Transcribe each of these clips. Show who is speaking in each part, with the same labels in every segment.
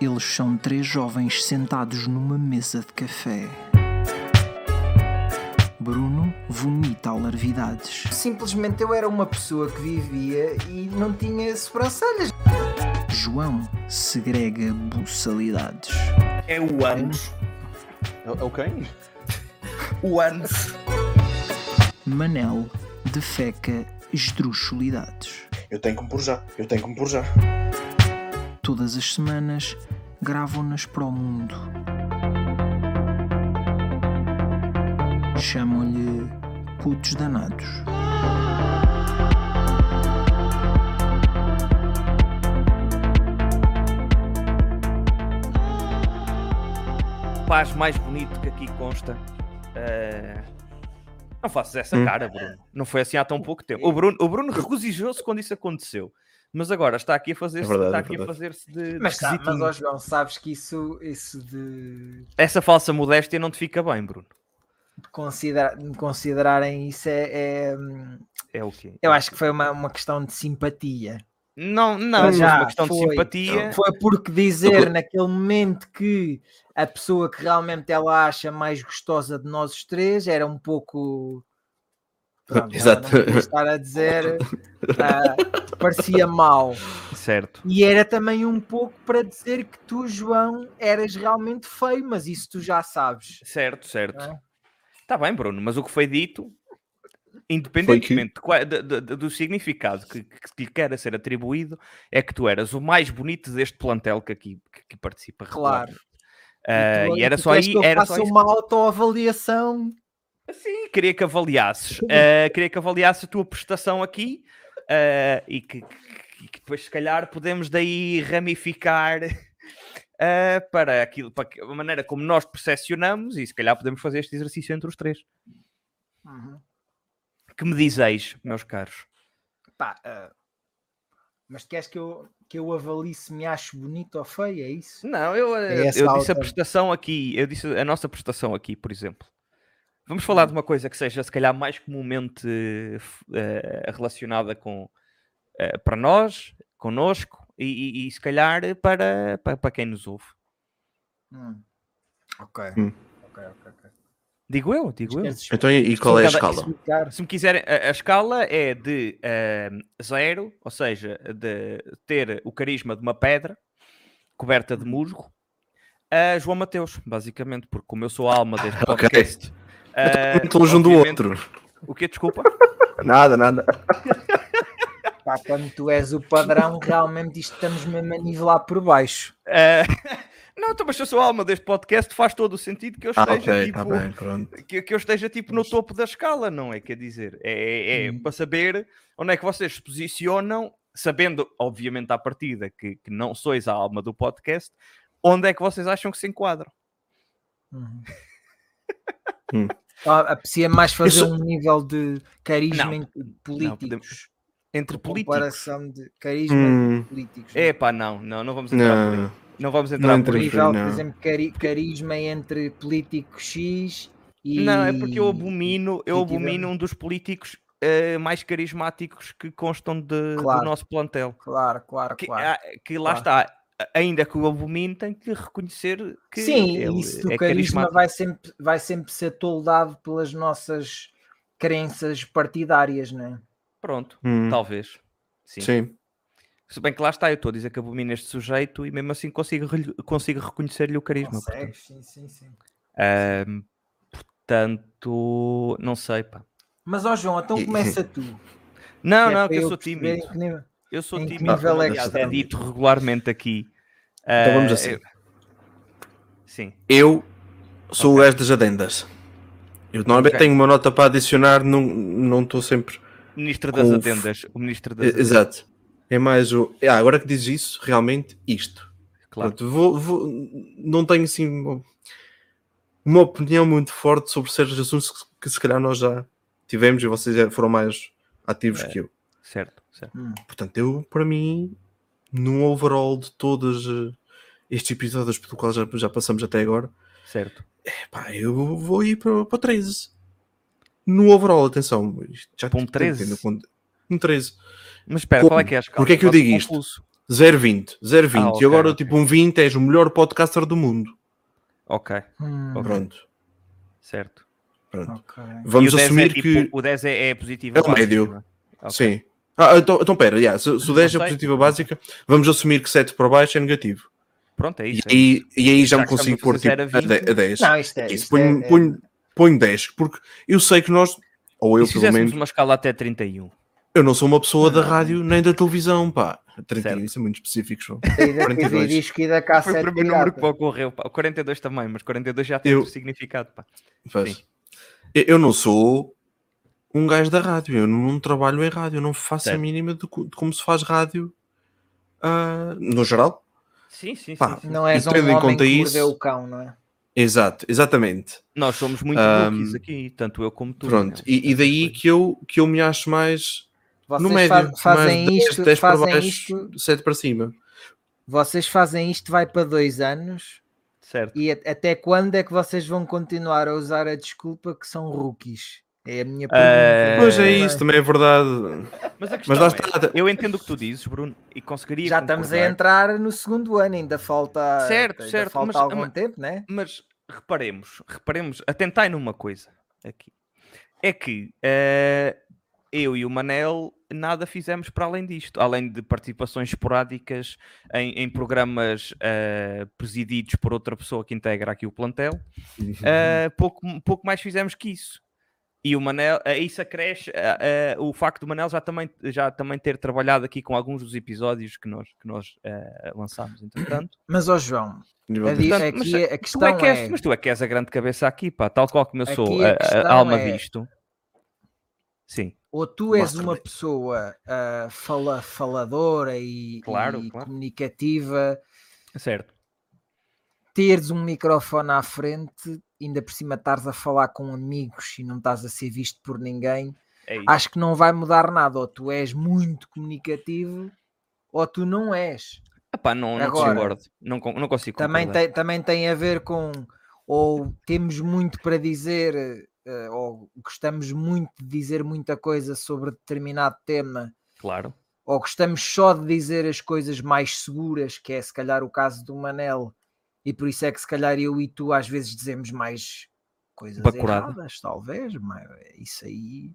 Speaker 1: Eles são três jovens sentados numa mesa de café. Bruno vomita alarvidades.
Speaker 2: Simplesmente eu era uma pessoa que vivia e não tinha sobrancelhas.
Speaker 1: João segrega buçalidades.
Speaker 3: É o anos.
Speaker 4: É é o quem?
Speaker 3: O anos.
Speaker 1: Manel defeca esdrúxulidades.
Speaker 3: Eu tenho que me pôr já. Eu tenho que me pôr já.
Speaker 1: Todas as semanas gravam-nas para o mundo. Chamam-lhe putos danados.
Speaker 5: Paz mais bonito que aqui consta. Eh, Não faças essa cara, Bruno. Não foi assim há tão pouco tempo. O Bruno, o Bruno regozijou-se quando isso aconteceu. Mas agora está aqui a fazer-se
Speaker 4: É verdade,
Speaker 5: está
Speaker 4: é
Speaker 5: aqui a
Speaker 4: verdade.
Speaker 5: fazer-se de, de
Speaker 2: Mas, tá, mas
Speaker 5: esquisitinho.
Speaker 2: ó João, sabes que isso, isso de
Speaker 5: Essa falsa modéstia não te fica bem, Bruno.
Speaker 2: considera- me considerarem isso é, é, hum,
Speaker 5: É o quê?
Speaker 2: Eu acho que foi uma, uma questão de simpatia.
Speaker 5: Não, não, mas
Speaker 2: Já
Speaker 5: uma questão de
Speaker 2: foi.
Speaker 5: simpatia.
Speaker 2: Foi porque dizer naquele momento que a pessoa que realmente ela acha mais gostosa de nós os três era um pouco. Pronto,
Speaker 4: Exato.
Speaker 2: não vou estar a dizer. ah, parecia mal.
Speaker 5: Certo.
Speaker 2: E era também um pouco para dizer que tu, João, eras realmente feio, mas isso tu já sabes.
Speaker 5: Certo, certo.
Speaker 2: Não é?
Speaker 5: Está bem, Bruno, mas o que foi dito,
Speaker 4: Foi
Speaker 5: independentemente de qua- de- de- de- do significado que, que- que lhe queira ser atribuído, é que tu eras o mais bonito deste plantel que aqui que, que participa.
Speaker 2: Claro.
Speaker 5: regularmente. Ah,
Speaker 2: tu-
Speaker 5: e era
Speaker 2: tu
Speaker 5: só
Speaker 2: queres
Speaker 5: aí,
Speaker 2: que eu
Speaker 5: era
Speaker 2: faça
Speaker 5: só isso.
Speaker 2: uma autoavaliação.
Speaker 5: Sim, queria que avaliasses. ah, queria que avaliasses a tua prestação aqui ah, e que, que- que depois, se calhar, podemos daí ramificar ah, para, aquilo, para que- a maneira como nós percepcionamos e se calhar podemos fazer este exercício entre os três.
Speaker 2: Uhum.
Speaker 5: Que me dizeis, meus caros?
Speaker 2: Pá, ah, mas queres que eu, que eu avalie se me acho bonito ou feio? É isso?
Speaker 5: Não, eu, eh,
Speaker 2: É
Speaker 5: eu
Speaker 2: essa a
Speaker 5: disse
Speaker 2: outra.
Speaker 5: a prestação aqui, eu disse a nossa prestação aqui, por exemplo. Vamos
Speaker 2: Hum.
Speaker 5: falar de uma coisa que seja, se calhar, mais comumente eh, f- eh, relacionada com eh, para nós, connosco e, e- e, se calhar eh, para, para, para quem nos ouve.
Speaker 2: Hum. Ok.
Speaker 4: Hum.
Speaker 2: Ok, ok, ok.
Speaker 5: Digo eu, digo eu.
Speaker 4: Então, e e qual é a
Speaker 5: Cada-
Speaker 4: escala?
Speaker 5: Se me quiserem, a, a escala é de eh, zero, ou seja, de ter o carisma de uma pedra coberta
Speaker 4: Uhum.
Speaker 5: de musgo, a João Mateus, basicamente, porque como eu sou a alma deste
Speaker 4: Ok.
Speaker 5: podcast. eh,
Speaker 4: Muito longe um do
Speaker 5: obviamente-
Speaker 4: outro.
Speaker 5: O que desculpa?
Speaker 4: Nada, nada.
Speaker 2: Pá, quando tu és o padrão, realmente isto estamos mesmo a nivelar por baixo.
Speaker 5: Eh, não, então, mas se eu sou a alma deste podcast, faz todo o sentido que eu
Speaker 4: Ah,
Speaker 5: esteja,
Speaker 4: ok,
Speaker 5: tipo,
Speaker 4: está bem, pronto.
Speaker 5: que, que eu esteja tipo no topo da escala, não é? Quer dizer, é, é-
Speaker 2: Hum.
Speaker 5: é para saber onde é que vocês se posicionam, sabendo, obviamente, à partida que, que não sois a alma do podcast, onde é que vocês acham que se enquadram?
Speaker 4: Hum.
Speaker 2: Ah, Aprecia Uhum. mais fazer
Speaker 4: Isso-
Speaker 2: um nível de carisma
Speaker 5: Não.
Speaker 2: em- políticos.
Speaker 5: Entre políticos.
Speaker 2: comparação de carisma
Speaker 4: Hum,
Speaker 2: entre políticos. não é?
Speaker 5: Epá, não, não, não vamos entrar é um por aí.
Speaker 4: não.
Speaker 5: Não vamos entrar
Speaker 4: Não
Speaker 5: por aí.
Speaker 4: entramos.
Speaker 2: nível, por
Speaker 4: não.
Speaker 2: exemplo, cari- carisma entre político X e.
Speaker 5: Não, é porque eu abomino, eu
Speaker 2: Entidade.
Speaker 5: abomino um dos políticos eh, mais carismáticos que constam de-
Speaker 2: Claro.
Speaker 5: do nosso plantel.
Speaker 2: Claro, claro,
Speaker 5: que,
Speaker 2: claro.
Speaker 5: ah, que lá
Speaker 2: claro.
Speaker 5: está, a- ainda que o abomine, tem que reconhecer que
Speaker 2: Sim,
Speaker 5: ele
Speaker 2: isso do
Speaker 5: é
Speaker 2: carisma
Speaker 5: carismático.
Speaker 2: vai sempre, vai sempre ser toldado pelas nossas crenças partidárias, não é?
Speaker 5: Pronto,
Speaker 4: Hum,
Speaker 5: talvez. Sim.
Speaker 4: Sim.
Speaker 5: Se bem que lá está, eu estou a dizer que abomino este sujeito e mesmo assim consigo, relhe- consigo reconhecer-lhe o carisma.
Speaker 2: Consegues, sim, sim, sim.
Speaker 5: Ahm, portanto, não sei, pá.
Speaker 2: Mas ó João, então
Speaker 4: E-
Speaker 2: começa tu.
Speaker 5: Não,
Speaker 2: é
Speaker 5: não,
Speaker 2: para
Speaker 5: que eu
Speaker 2: eu
Speaker 5: sou
Speaker 2: perceber
Speaker 5: tímido.
Speaker 2: em que nível-
Speaker 5: Eu sou
Speaker 2: em que
Speaker 5: tímido.
Speaker 2: nível
Speaker 5: como,
Speaker 2: é que
Speaker 5: aliás, é
Speaker 2: estamos?
Speaker 5: dito regularmente aqui.
Speaker 4: Então vamos
Speaker 5: Ah,
Speaker 4: assim.
Speaker 5: eu- Sim.
Speaker 4: Eu sou o gajo das adendas. Eu normalmente
Speaker 5: Ok.
Speaker 4: tenho uma nota para adicionar, não- não estou sempre
Speaker 5: Ministro das
Speaker 4: Com o f-
Speaker 5: Adendas. O Ministro das
Speaker 4: E-
Speaker 5: Adendas.
Speaker 4: Exato. É mais o. Ah, agora que dizes isso, realmente isto.
Speaker 5: Claro.
Speaker 4: Pronto, vou, vou- não tenho assim uma- uma opinião muito forte sobre certos assuntos que, que se calhar nós já tivemos e vocês já foram mais ativos
Speaker 5: É.
Speaker 4: que eu.
Speaker 5: Certo, certo.
Speaker 2: Hum.
Speaker 4: Portanto, eu, para mim, num overall de todos eh, estes episódios pelo qual já, já passamos até agora,
Speaker 5: certo.
Speaker 4: epá, eu vou ir para, para 13. No overall, atenção, isto já
Speaker 5: Para um
Speaker 4: tem que ter
Speaker 5: 13?
Speaker 4: no conto- Um 13.
Speaker 5: Mas espera,
Speaker 4: Como?
Speaker 5: qual é que é a escala?
Speaker 4: Porquê é que eu
Speaker 5: Estás
Speaker 4: digo isto?
Speaker 5: confuso.
Speaker 4: 0,20. 0,20.
Speaker 5: Ah,
Speaker 4: e
Speaker 5: ok,
Speaker 4: agora,
Speaker 5: ok.
Speaker 4: tipo, um 20 és o melhor podcaster do mundo.
Speaker 5: Ok,
Speaker 2: Hum,
Speaker 5: Ok.
Speaker 4: Pronto.
Speaker 5: certo.
Speaker 4: pronto.
Speaker 2: ok.
Speaker 4: Vamos
Speaker 5: E o 10
Speaker 4: assumir
Speaker 5: é, tipo,
Speaker 4: que.
Speaker 5: O 10 é, é positivo.
Speaker 4: É o
Speaker 5: básico,
Speaker 4: médio.
Speaker 5: não é? Ok.
Speaker 4: Sim. Ah, então, então pera, yeah, se, se o 10 é
Speaker 5: sei.
Speaker 4: positiva básica, vamos assumir que 7 para baixo é negativo.
Speaker 5: Pronto, é
Speaker 4: E
Speaker 5: isso. é
Speaker 4: aí, e aí já,
Speaker 5: Já
Speaker 4: me
Speaker 5: que estamos
Speaker 4: consigo
Speaker 5: a
Speaker 4: pôr tipo,
Speaker 5: fazer
Speaker 4: a,
Speaker 5: a 20,
Speaker 4: de- a 10.
Speaker 2: Não, isto é.
Speaker 4: isso,
Speaker 2: Isto
Speaker 4: ponho,
Speaker 2: é, é-
Speaker 4: ponho, ponho 10, porque eu sei que nós, ou eu
Speaker 5: e se
Speaker 4: pelo
Speaker 5: fizéssemos
Speaker 4: menos,
Speaker 5: uma escala até 31?
Speaker 4: eu não sou uma pessoa da rádio nem da televisão, pá. 30
Speaker 5: Certo.
Speaker 4: isso é muito específico, João.
Speaker 2: E da TV
Speaker 4: 42.
Speaker 2: disco e da
Speaker 5: Foi o
Speaker 2: cassete
Speaker 5: primeiro número que me
Speaker 2: pirata.
Speaker 5: ocorreu. Pá. O 42 também, mas 42 já tem
Speaker 4: Eu-
Speaker 5: outro significado. Pá.
Speaker 4: Faz.
Speaker 5: Sim.
Speaker 4: Eu eu não sou um gajo da rádio, eu não trabalho em rádio, eu não faço a
Speaker 5: Certo.
Speaker 4: mínima de, co- de como se faz rádio ah, no geral.
Speaker 5: Sim, sim,
Speaker 4: Pá,
Speaker 5: sim, sim.
Speaker 2: Não és
Speaker 4: E
Speaker 2: um
Speaker 4: tendo em
Speaker 2: homem
Speaker 4: conta
Speaker 2: que
Speaker 4: isso-
Speaker 2: mordeu o cão, não é?
Speaker 4: Exato, exatamente.
Speaker 5: Nós somos muito
Speaker 4: Ahm,
Speaker 5: rookies aqui, tanto eu como tu.
Speaker 4: Pronto,
Speaker 5: não é?
Speaker 4: e, e daí que eu, que eu me acho mais
Speaker 2: Vocês
Speaker 5: é
Speaker 4: no médio,
Speaker 2: fa- fazem
Speaker 4: mais 10,
Speaker 2: isto,
Speaker 4: 10 para
Speaker 2: fazem
Speaker 4: baixo,
Speaker 2: isto,
Speaker 4: 7 para cima.
Speaker 2: vocês fazem isto, vai para dois anos
Speaker 5: Certo.
Speaker 2: e a- até quando é que vocês vão continuar a usar a desculpa que são rookies? É a minha
Speaker 5: Eh,
Speaker 2: pergunta.
Speaker 4: Mas é
Speaker 2: também.
Speaker 4: isso, também é verdade.
Speaker 5: Mas a questão
Speaker 4: Mas lá
Speaker 5: é,
Speaker 4: está.
Speaker 5: eu entendo o que tu dizes, Bruno, e conseguiria
Speaker 2: Já estamos a
Speaker 5: concordar.
Speaker 2: entrar no segundo ano, ainda falta,
Speaker 5: Certo,
Speaker 2: ainda
Speaker 5: certo,
Speaker 2: falta
Speaker 5: mas-
Speaker 2: algum
Speaker 5: mas-
Speaker 2: tempo, né?
Speaker 5: Mas reparemos, reparemos, atentai numa coisa aqui. É que eh, eu e o Manel nada fizemos para além disto, além de participações esporádicas em, em programas eh, presididos por outra pessoa que integra aqui o plantel, eh, pouco, pouco mais fizemos que isso. E o Manel, a isso acresce eh, eh, o facto do Manel já também, já também ter trabalhado aqui com alguns dos episódios que nós, que nós eh, lançámos, entretanto.
Speaker 2: Mas, ó João, a, di-
Speaker 5: Portanto, mas
Speaker 2: aqui a
Speaker 5: Tu
Speaker 2: questão
Speaker 5: é que és,
Speaker 2: é,
Speaker 5: mas tu é que és a grande cabeça aqui, pá, tal qual como eu
Speaker 2: Aqui
Speaker 5: sou
Speaker 2: a
Speaker 5: a, a
Speaker 2: questão
Speaker 5: alma
Speaker 2: é-
Speaker 5: disto. Sim,
Speaker 2: ou tu és
Speaker 5: Mostra-me.
Speaker 2: uma pessoa ah, fala, faladora e,
Speaker 5: Claro,
Speaker 2: e
Speaker 5: claro.
Speaker 2: comunicativa,
Speaker 5: certo.
Speaker 2: teres um microfone à frente, ainda por cima estares a falar com amigos e não estás a ser visto por ninguém,
Speaker 5: É isso.
Speaker 2: acho que não vai mudar nada. Ou tu és muito comunicativo, ou tu não és.
Speaker 5: Epá, não, não
Speaker 2: agora-
Speaker 5: concordo. Não, con- não consigo
Speaker 2: também
Speaker 5: concordar.
Speaker 2: tem, também tem a ver com ou temos muito para dizer eh, ou gostamos muito de dizer muita coisa sobre determinado tema
Speaker 5: Claro,
Speaker 2: ou gostamos só de dizer as coisas mais seguras que é se calhar o caso do Manel e por isso é que se calhar eu e tu às vezes dizemos mais coisas
Speaker 5: Bacurada.
Speaker 2: erradas talvez mas isso aí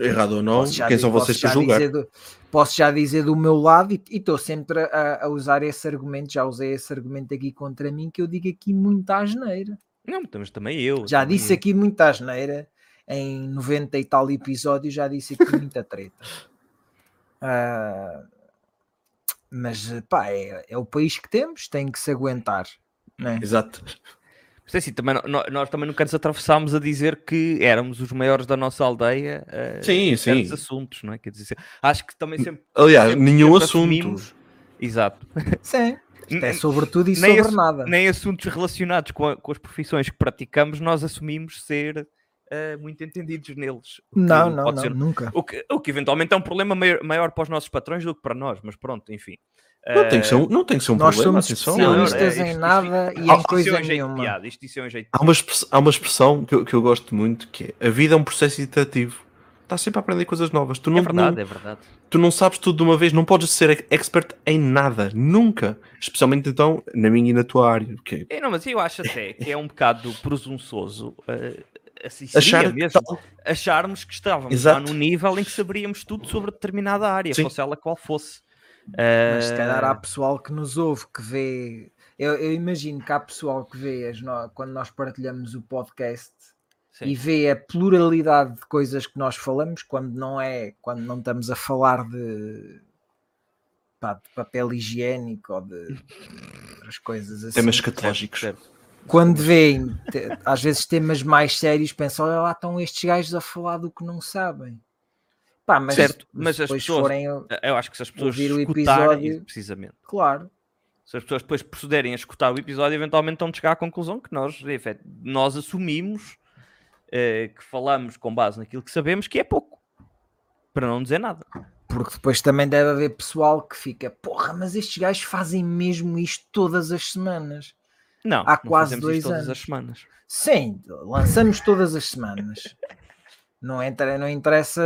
Speaker 4: Errado ou não,
Speaker 2: Posso já
Speaker 4: quem
Speaker 2: di-
Speaker 4: são
Speaker 2: posso
Speaker 4: vocês
Speaker 2: já
Speaker 4: para julgar?
Speaker 2: dizer do- posso já dizer do meu lado, e estou sempre a, a usar esse argumento, já usei esse argumento aqui contra mim, que eu digo aqui muita asneira.
Speaker 5: não, mas também eu.
Speaker 2: Já
Speaker 5: também
Speaker 2: disse
Speaker 5: eu.
Speaker 2: aqui muita asneira, em 90 e tal episódios já disse aqui muita treta. Ah, mas, pá, é, é o país que temos, tem que se aguentar. Né?
Speaker 4: Exato.
Speaker 5: Mas é assim, também, no- no- nós também nunca nos atravessámos a dizer que éramos os maiores da nossa aldeia eh,
Speaker 4: Sim,
Speaker 5: em certos
Speaker 4: sim.
Speaker 5: assuntos, não é? Quer dizer, acho que também sempre.
Speaker 4: Aliás,
Speaker 5: sempre-
Speaker 4: nenhum
Speaker 5: sempre
Speaker 4: assunto.
Speaker 5: assumimos- Exato.
Speaker 2: Sim, isto é sobre tudo e
Speaker 5: nem
Speaker 2: sobre
Speaker 5: esse-
Speaker 2: nada.
Speaker 5: nem assuntos relacionados com, a- com as profissões que praticamos, nós assumimos ser eh, muito entendidos neles. O que
Speaker 2: Não, não,
Speaker 5: pode
Speaker 2: não,
Speaker 5: ser- um
Speaker 2: nunca.
Speaker 5: O, que, o que eventualmente é um problema maior, maior para os nossos patrões do que para nós, mas pronto, enfim. Eh,
Speaker 4: Não tem que ser um, não tem que ser um
Speaker 2: Nós
Speaker 4: problema,
Speaker 2: somos
Speaker 4: atenção.
Speaker 5: Não, não,
Speaker 2: especialistas.
Speaker 5: é,
Speaker 2: em
Speaker 5: isto-
Speaker 2: nada
Speaker 5: isto-
Speaker 2: e em
Speaker 5: isto disse
Speaker 2: coisa
Speaker 5: um jeito de
Speaker 2: nenhuma.
Speaker 5: piada, isto disse um jeito de
Speaker 4: Há uma, express- há uma expressão que eu, que eu gosto muito que é a vida é um processo itativo. Estás sempre a aprender coisas novas. Tu não,
Speaker 5: É verdade,
Speaker 4: não-
Speaker 5: é verdade.
Speaker 4: tu não sabes tudo de uma vez, não podes ser expert em nada, nunca. Especialmente então na minha e na tua área. porque
Speaker 5: É, não, mas eu acho até que é um bocado presunçoso. eh, assim, seria
Speaker 4: achar
Speaker 5: mesmo,
Speaker 4: tal-
Speaker 5: acharmos que estávamos
Speaker 4: Exato.
Speaker 5: lá num nível em que saberíamos tudo sobre determinada área,
Speaker 4: Sim.
Speaker 5: fosse ela qual fosse.
Speaker 2: Mas se calhar
Speaker 5: Eh,
Speaker 2: há pessoal que nos ouve, que vê. Eu, eu imagino que há pessoal que vê as no- quando nós partilhamos o podcast
Speaker 5: sim.
Speaker 2: e vê a pluralidade de coisas que nós falamos quando não é, quando não estamos a falar de, pá, de papel higiênico ou de, de outras coisas assim.
Speaker 4: temas escatológicos.
Speaker 5: Certo, certo.
Speaker 2: Quando veem te- às vezes temas mais sérios, pensam, olha lá, estão estes gajos a falar do que não sabem. Pá, mas,
Speaker 5: Certo,
Speaker 2: se
Speaker 5: mas as
Speaker 2: depois
Speaker 5: pessoas-
Speaker 2: forem,
Speaker 5: Ah, Eu acho que se as pessoas
Speaker 2: Ouvir o
Speaker 5: escutarem,
Speaker 2: episódio.
Speaker 5: precisamente,
Speaker 2: claro.
Speaker 5: se as pessoas depois procederem a escutar o episódio, eventualmente vão chegar à conclusão que nós, efet- nós assumimos eh, que falamos com base naquilo que sabemos, que é pouco, para não dizer nada.
Speaker 2: Porque depois também deve haver pessoal que fica, porra, mas estes gajos fazem mesmo isto todas as semanas.
Speaker 5: Não,
Speaker 2: Há
Speaker 5: não
Speaker 2: quase
Speaker 5: fazemos
Speaker 2: dois
Speaker 5: isto todas
Speaker 2: anos.
Speaker 5: as semanas.
Speaker 2: Sim, lançamos todas as semanas. Não, entra, não interessa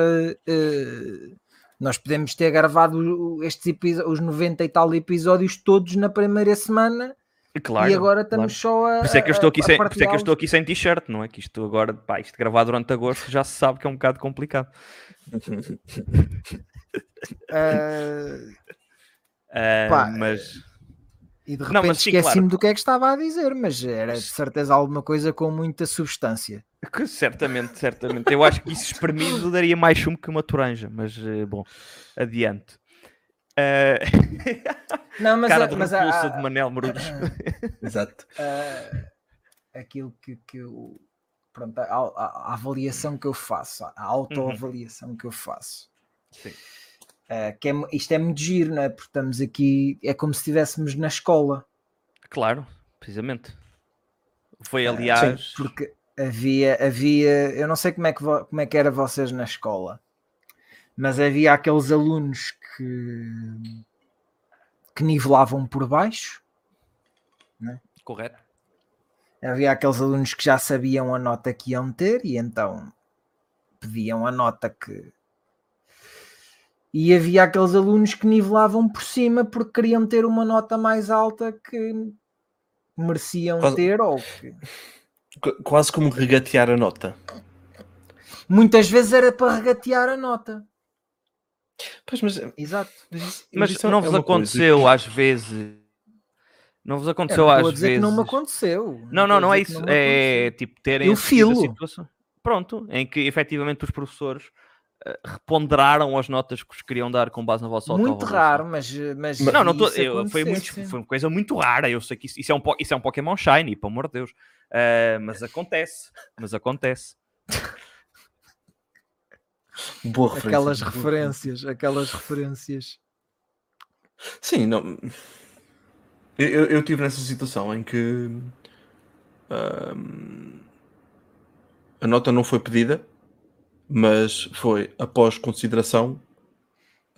Speaker 2: eh, Nós podemos ter gravado o- estes episo- os 90 e tal episódios todos na primeira semana
Speaker 5: Claro.
Speaker 2: e agora
Speaker 5: claro.
Speaker 2: estamos só a.
Speaker 5: Por isso é que eu estou aqui
Speaker 2: a- a
Speaker 5: sem, por isso é que eu
Speaker 2: partilhá-los.
Speaker 5: estou aqui sem t-shirt, não é? Que isto agora, pá, isto gravar durante agosto já se sabe que é um bocado complicado.
Speaker 2: Ah,
Speaker 5: Ah,
Speaker 2: Pá,
Speaker 5: mas
Speaker 2: e de
Speaker 5: Não,
Speaker 2: repente
Speaker 5: mas sim,
Speaker 2: esqueci-me
Speaker 5: claro.
Speaker 2: do que é que estava a dizer, mas era de certeza alguma coisa com muita substância.
Speaker 5: que certamente, certamente. Eu acho que isso espremido daria mais chumbo que uma toranja, mas eh, bom, adiante. Ah,
Speaker 2: Não, mas,
Speaker 5: cara
Speaker 2: a-
Speaker 5: de
Speaker 2: mas a-
Speaker 5: repulsa
Speaker 2: a-
Speaker 5: de Manel Marudos.
Speaker 4: Exato.
Speaker 2: a- Ah, aquilo que, que eu. Pronto, a, a- a avaliação que eu faço, a autoavaliação que eu faço.
Speaker 5: Sim.
Speaker 2: Ah, que é mu- isto é muito giro, não é? Porque estamos aqui, é como se estivéssemos na escola,
Speaker 5: Claro, precisamente. Foi, aliás,
Speaker 2: porque havia, havia, eu não sei como é que, vo- como é que era vocês na escola, mas havia aqueles alunos que, que nivelavam por baixo,
Speaker 5: correto.
Speaker 2: Havia aqueles alunos que já sabiam a nota que iam ter e então pediam a nota que. E havia aqueles alunos que nivelavam por cima porque queriam ter uma nota mais alta que mereciam
Speaker 4: Quase-
Speaker 2: ter ou que...
Speaker 4: Qu- Quase como regatear a nota.
Speaker 2: muitas vezes era para regatear a nota.
Speaker 4: Pois, mas,
Speaker 2: Exato.
Speaker 5: Mas
Speaker 4: isso é
Speaker 5: não vos
Speaker 4: uma coisa
Speaker 5: aconteceu às vezes. Não vos
Speaker 2: É,
Speaker 5: aconteceu
Speaker 2: não
Speaker 5: às
Speaker 2: estou a dizer
Speaker 5: vezes.
Speaker 2: que não me aconteceu.
Speaker 5: Não,
Speaker 2: estou a
Speaker 5: não, não é
Speaker 2: dizer que
Speaker 5: isso.
Speaker 2: me
Speaker 5: É
Speaker 2: aconteceu.
Speaker 5: tipo terem
Speaker 2: Eu
Speaker 5: assistido a
Speaker 2: filo.
Speaker 5: situação. Pronto, em que efetivamente os professores eh, reponderaram as notas que os queriam dar com base na vossa
Speaker 2: Muito
Speaker 5: autoavaliação.
Speaker 2: raro, mas. mas
Speaker 5: assim. Não, não tô-
Speaker 2: isso
Speaker 5: eu- foi, muito,
Speaker 2: acontecesse.
Speaker 5: foi uma coisa muito rara. Eu sei que isso, isso é, um, po- isso é um Pokémon Shiny, pelo amor de Deus. Eh, mas acontece, mas acontece.
Speaker 4: Boa referência.
Speaker 2: Aquelas referências, aquelas referências.
Speaker 4: Sim, não. Eu, eu, eu tive nessa situação em que ahm, a nota não foi pedida, mas foi após consideração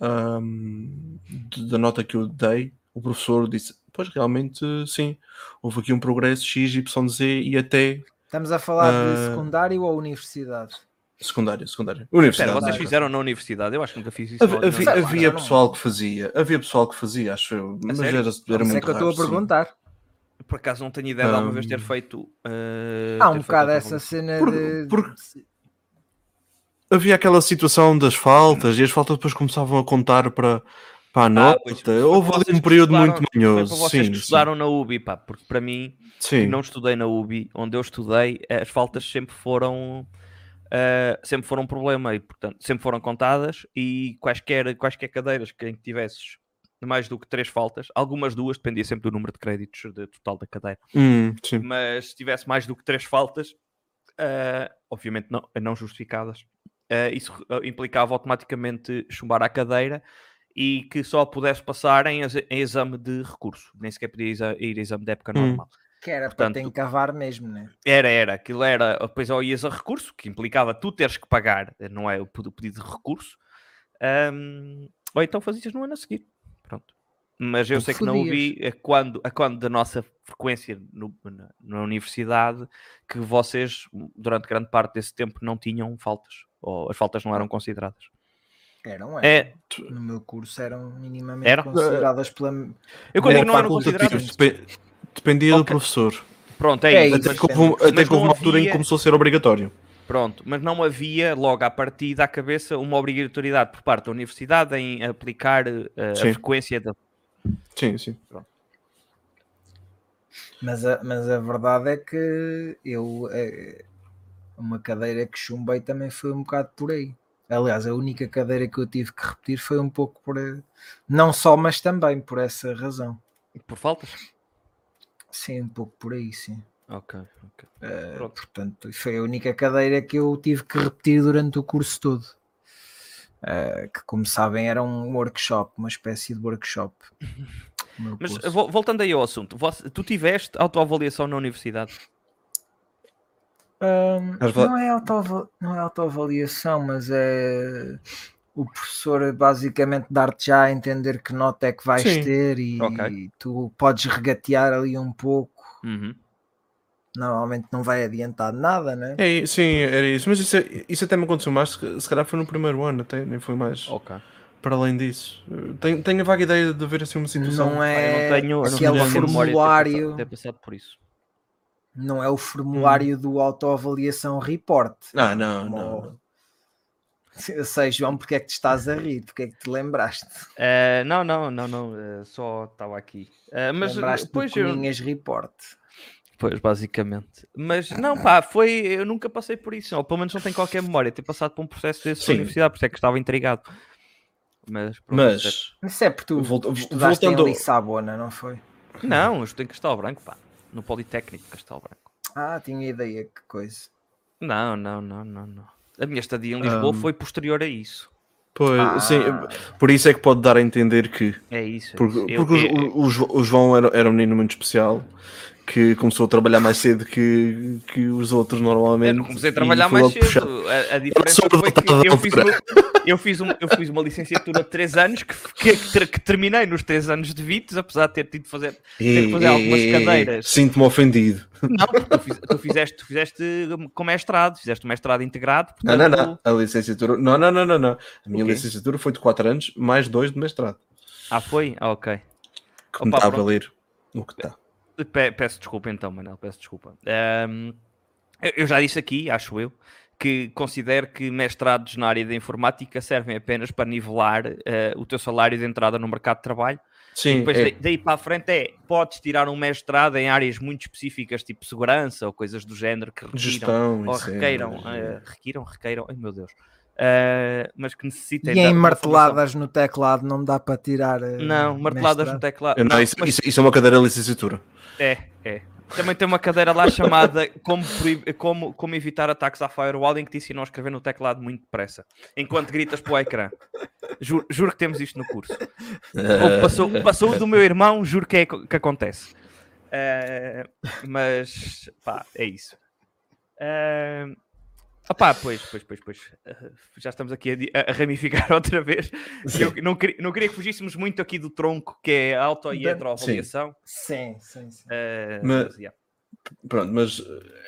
Speaker 4: ahm, de- da nota que eu dei, o professor disse: Pois realmente sim, houve aqui um progresso X, Y, Z e até
Speaker 2: Estamos a falar de
Speaker 4: Ah.
Speaker 2: secundário ou universidade?
Speaker 4: secundário, secundário.
Speaker 5: Espera,
Speaker 4: Universidade.
Speaker 5: vocês
Speaker 4: não é?
Speaker 5: fizeram na universidade? Eu acho que nunca fiz isso.
Speaker 4: Havia,
Speaker 5: na
Speaker 4: havia-
Speaker 5: universidade.
Speaker 2: Não,
Speaker 4: havia
Speaker 2: não.
Speaker 4: pessoal que fazia, havia pessoal que fazia, acho eu, mas
Speaker 5: sério?
Speaker 4: era, era
Speaker 2: Isso
Speaker 4: muito
Speaker 2: é que eu estou
Speaker 4: raro,
Speaker 2: a
Speaker 4: sim.
Speaker 2: perguntar.
Speaker 5: Por acaso não tenho ideia de alguma vez ter
Speaker 4: Ahm,
Speaker 5: feito. eh,
Speaker 2: Há
Speaker 5: ter
Speaker 2: um
Speaker 5: feito
Speaker 2: bocado
Speaker 5: outra
Speaker 2: essa
Speaker 5: avaliação.
Speaker 2: cena
Speaker 4: Por-
Speaker 2: de.
Speaker 4: por- havia aquela situação das faltas e as faltas depois começavam a contar para, para a nota.
Speaker 5: Ah, pois,
Speaker 4: Houve
Speaker 5: para
Speaker 4: ali
Speaker 5: vocês
Speaker 4: um
Speaker 5: que
Speaker 4: período
Speaker 5: estudaram-
Speaker 4: muito
Speaker 5: Foi
Speaker 4: manhoso.
Speaker 5: para vocês
Speaker 4: Sim,
Speaker 5: que
Speaker 4: sim,
Speaker 5: estudaram na UBI, pá, porque para mim, que
Speaker 4: sim.
Speaker 5: não estudei na UBI, onde eu estudei, eh, as faltas sempre foram eh, sempre foram um problema e, portanto, sempre foram contadas e quaisquer, quaisquer cadeiras que em que tivesses mais do que três faltas, algumas duas, dependia sempre do número de créditos de- total da cadeira,
Speaker 4: Hum, sim.
Speaker 5: mas se tivesse mais do que três faltas, eh, obviamente não, não justificadas, eh, isso eh, implicava automaticamente chumbar à cadeira e que só pudesse passar em, ex- em exame de recurso, nem sequer podia exa- ir a exame de época
Speaker 4: Hum.
Speaker 5: normal.
Speaker 2: Que era para
Speaker 5: portanto-
Speaker 2: te encavar mesmo, né?
Speaker 5: Era, era, aquilo era, depois ou ias a recurso, que implicava tu teres que pagar, não é? O ped- o pedido de recurso, Ahm, ou então fazias no ano a seguir, pronto. Mas eu
Speaker 2: Tu
Speaker 5: sei que não ouvi a quando, a quando da nossa frequência no- na, na universidade que vocês, durante grande parte desse tempo, não tinham faltas, ou as faltas não eram consideradas.
Speaker 2: Eram, eram.
Speaker 5: É,
Speaker 2: No meu curso eram minimamente
Speaker 5: Era?
Speaker 2: consideradas pela.
Speaker 5: eu quando
Speaker 4: Era
Speaker 5: digo não eram
Speaker 4: facultativo,
Speaker 5: consideradas,
Speaker 4: depe- Dependia do
Speaker 5: Ok.
Speaker 4: professor.
Speaker 5: pronto, é,
Speaker 2: É
Speaker 5: isso.
Speaker 2: isso.
Speaker 4: Até
Speaker 5: mas-
Speaker 4: que houve, um- até
Speaker 5: mas
Speaker 4: que houve
Speaker 5: não
Speaker 4: uma altura em
Speaker 5: havia-
Speaker 4: que começou a ser obrigatório.
Speaker 5: Pronto, mas não havia logo à partida à cabeça uma obrigatoriedade por parte da universidade em aplicar eh, a
Speaker 4: Sim.
Speaker 5: frequência da.
Speaker 4: Sim, sim.
Speaker 2: Mas a, mas a verdade é que eu. eh, Uma cadeira que chumbei também foi um bocado por aí. Aliás, a única cadeira que eu tive que repetir foi um pouco por. eh, Não só, mas também por essa razão.
Speaker 5: Por faltas?
Speaker 2: Sim, um pouco por aí, sim.
Speaker 5: Ok, ok.
Speaker 2: Eh,
Speaker 5: Pronto.
Speaker 2: portanto, foi a única cadeira que eu tive que repetir durante o curso todo. Eh, que, como sabem, era um workshop, uma espécie de workshop. o meu
Speaker 5: Mas
Speaker 2: curso.
Speaker 5: vo- voltando aí ao assunto, você- tu tiveste autoavaliação na universidade?
Speaker 2: Ahm,
Speaker 4: Mas vo-
Speaker 2: não, é autoava- não é autoavaliação, mas é o professor basicamente dar-te já a entender que nota é que vais
Speaker 4: Sim.
Speaker 2: ter e
Speaker 5: Ok.
Speaker 2: tu podes regatear ali um pouco.
Speaker 5: Uhum.
Speaker 2: Normalmente não vai adiantar nada, né?
Speaker 4: É, i- sim, era isso. Mas isso, isso até me aconteceu mais. Se se calhar foi no primeiro ano, até nem foi mais.
Speaker 5: Ok.
Speaker 4: para além disso. Eh, Tenho, tenho a vaga ideia de haver assim uma situação.
Speaker 2: Não
Speaker 5: Pá, eu
Speaker 2: é
Speaker 5: não tenho, eu não
Speaker 4: aquele
Speaker 5: tenho memória de ter
Speaker 2: formulário-
Speaker 5: passado- ter passado por isso.
Speaker 2: não é o formulário do autoavaliação report.
Speaker 4: Ah, não, não.
Speaker 2: Ou- Eu sei, João, porque é que te estás a rir? Porque é que te lembraste?
Speaker 5: Eh, não, não, não, não, eh, só estava aqui. Eh, mas
Speaker 2: lembraste
Speaker 5: depois
Speaker 2: do Cunhas report.
Speaker 5: Pois, basicamente. Mas
Speaker 4: Ah,
Speaker 5: não, pá, foi. Eu nunca passei por isso, ou pelo menos não tenho qualquer memória de ter passado por um processo desse na
Speaker 4: Sim.
Speaker 5: universidade, por isso é que estava intrigado. Mas, pronto, certo.
Speaker 4: Mas,
Speaker 2: Isso é porque tu
Speaker 4: Volta-
Speaker 2: estudaste
Speaker 4: voltando-
Speaker 2: em Lissabona, não foi?
Speaker 5: não, eu estou em Castelo Branco, pá, no Politécnico de Castelo Branco.
Speaker 2: Ah, tinha ideia que coisa.
Speaker 5: Não, não, não, não, não. A minha estadia em Lisboa
Speaker 4: Ahm.
Speaker 5: foi posterior a isso.
Speaker 4: pois,
Speaker 2: Ah.
Speaker 4: sim, por isso é que pode dar a entender que.
Speaker 5: É isso. é
Speaker 4: Porque,
Speaker 5: isso. Eu-
Speaker 4: porque o Jo-
Speaker 5: eu-
Speaker 4: o, Jo- o João era, era um menino muito especial que começou a trabalhar mais cedo que, que os outros
Speaker 5: eu
Speaker 4: normalmente.
Speaker 5: não comecei a
Speaker 4: e
Speaker 5: trabalhar
Speaker 4: foi
Speaker 5: mais
Speaker 4: logo puxado.
Speaker 5: cedo. A, a diferença
Speaker 4: sou
Speaker 5: foi que
Speaker 4: adotado
Speaker 5: eu
Speaker 4: da
Speaker 5: fiz, uma, eu, fiz um- eu fiz uma licenciatura de 3 anos que, que, que ter- que terminei nos 3 anos de Vitos, apesar de ter tido de fazer Tem que fazer
Speaker 4: Ei,
Speaker 5: algumas
Speaker 4: ei, ei,
Speaker 5: cadeiras.
Speaker 4: Sinto-me ofendido.
Speaker 5: Não, porque tu, fiz- tu fizeste, tu fizeste com mestrado, fizeste um mestrado integrado,
Speaker 4: Não,
Speaker 5: portanto,
Speaker 4: não, não. A licenciatura. Não, não, não, não. não. A minha
Speaker 5: O quê?
Speaker 4: licenciatura foi de 4 anos, mais 2 de mestrado.
Speaker 5: Ah, foi? Ah, ok.
Speaker 4: Que me
Speaker 5: Opa,
Speaker 4: está a
Speaker 5: pronto.
Speaker 4: valer o que está.
Speaker 5: Pe- peço desculpa então, Manel, peço desculpa. Ahm, eu- eu já disse aqui, acho eu, que considero que mestrados na área da informática servem apenas para nivelar eh, o teu salário de entrada no mercado de trabalho.
Speaker 4: Sim,
Speaker 5: Depois
Speaker 4: é.
Speaker 5: daí, daí para a frente é, podes tirar um mestrado em áreas muito específicas, tipo segurança ou coisas do género que requiram
Speaker 4: gestão.
Speaker 5: ou
Speaker 4: isso é,
Speaker 5: requeiram,
Speaker 4: mas, é.
Speaker 5: eh, requiram, requeiram, ai meu Deus, eh, mas que necessitem
Speaker 2: E é
Speaker 5: da-
Speaker 2: em
Speaker 5: da
Speaker 2: marteladas no teclado não dá para tirar. eh,
Speaker 5: formação. Não, marteladas no
Speaker 2: mestrado?
Speaker 5: teclado.
Speaker 4: Eu não,
Speaker 5: Não,
Speaker 4: isso,
Speaker 5: mas
Speaker 4: isso- isso é uma cadeira de licenciatura.
Speaker 5: É, é. Também tem uma cadeira lá chamada como, proib- como, como evitar ataques à firewall em que te ensinam a escrever no teclado muito depressa, enquanto gritas para o ecrã. Juro, juro que temos isto no curso. Ou passou, passou o do meu irmão, juro que é co- que acontece. Eh, mas, pá, é isso. Eh, opá, pois, pois, pois, pois. eh, já estamos aqui a di- a, a ramificar outra vez. Eu não, queria, não queria que fugíssemos muito aqui do tronco, que é a auto e
Speaker 2: Da-
Speaker 5: heteroavaliação.
Speaker 2: Sim, sim, sim.
Speaker 5: Eh,
Speaker 4: Ma-
Speaker 5: mas, yeah.
Speaker 4: Pronto, mas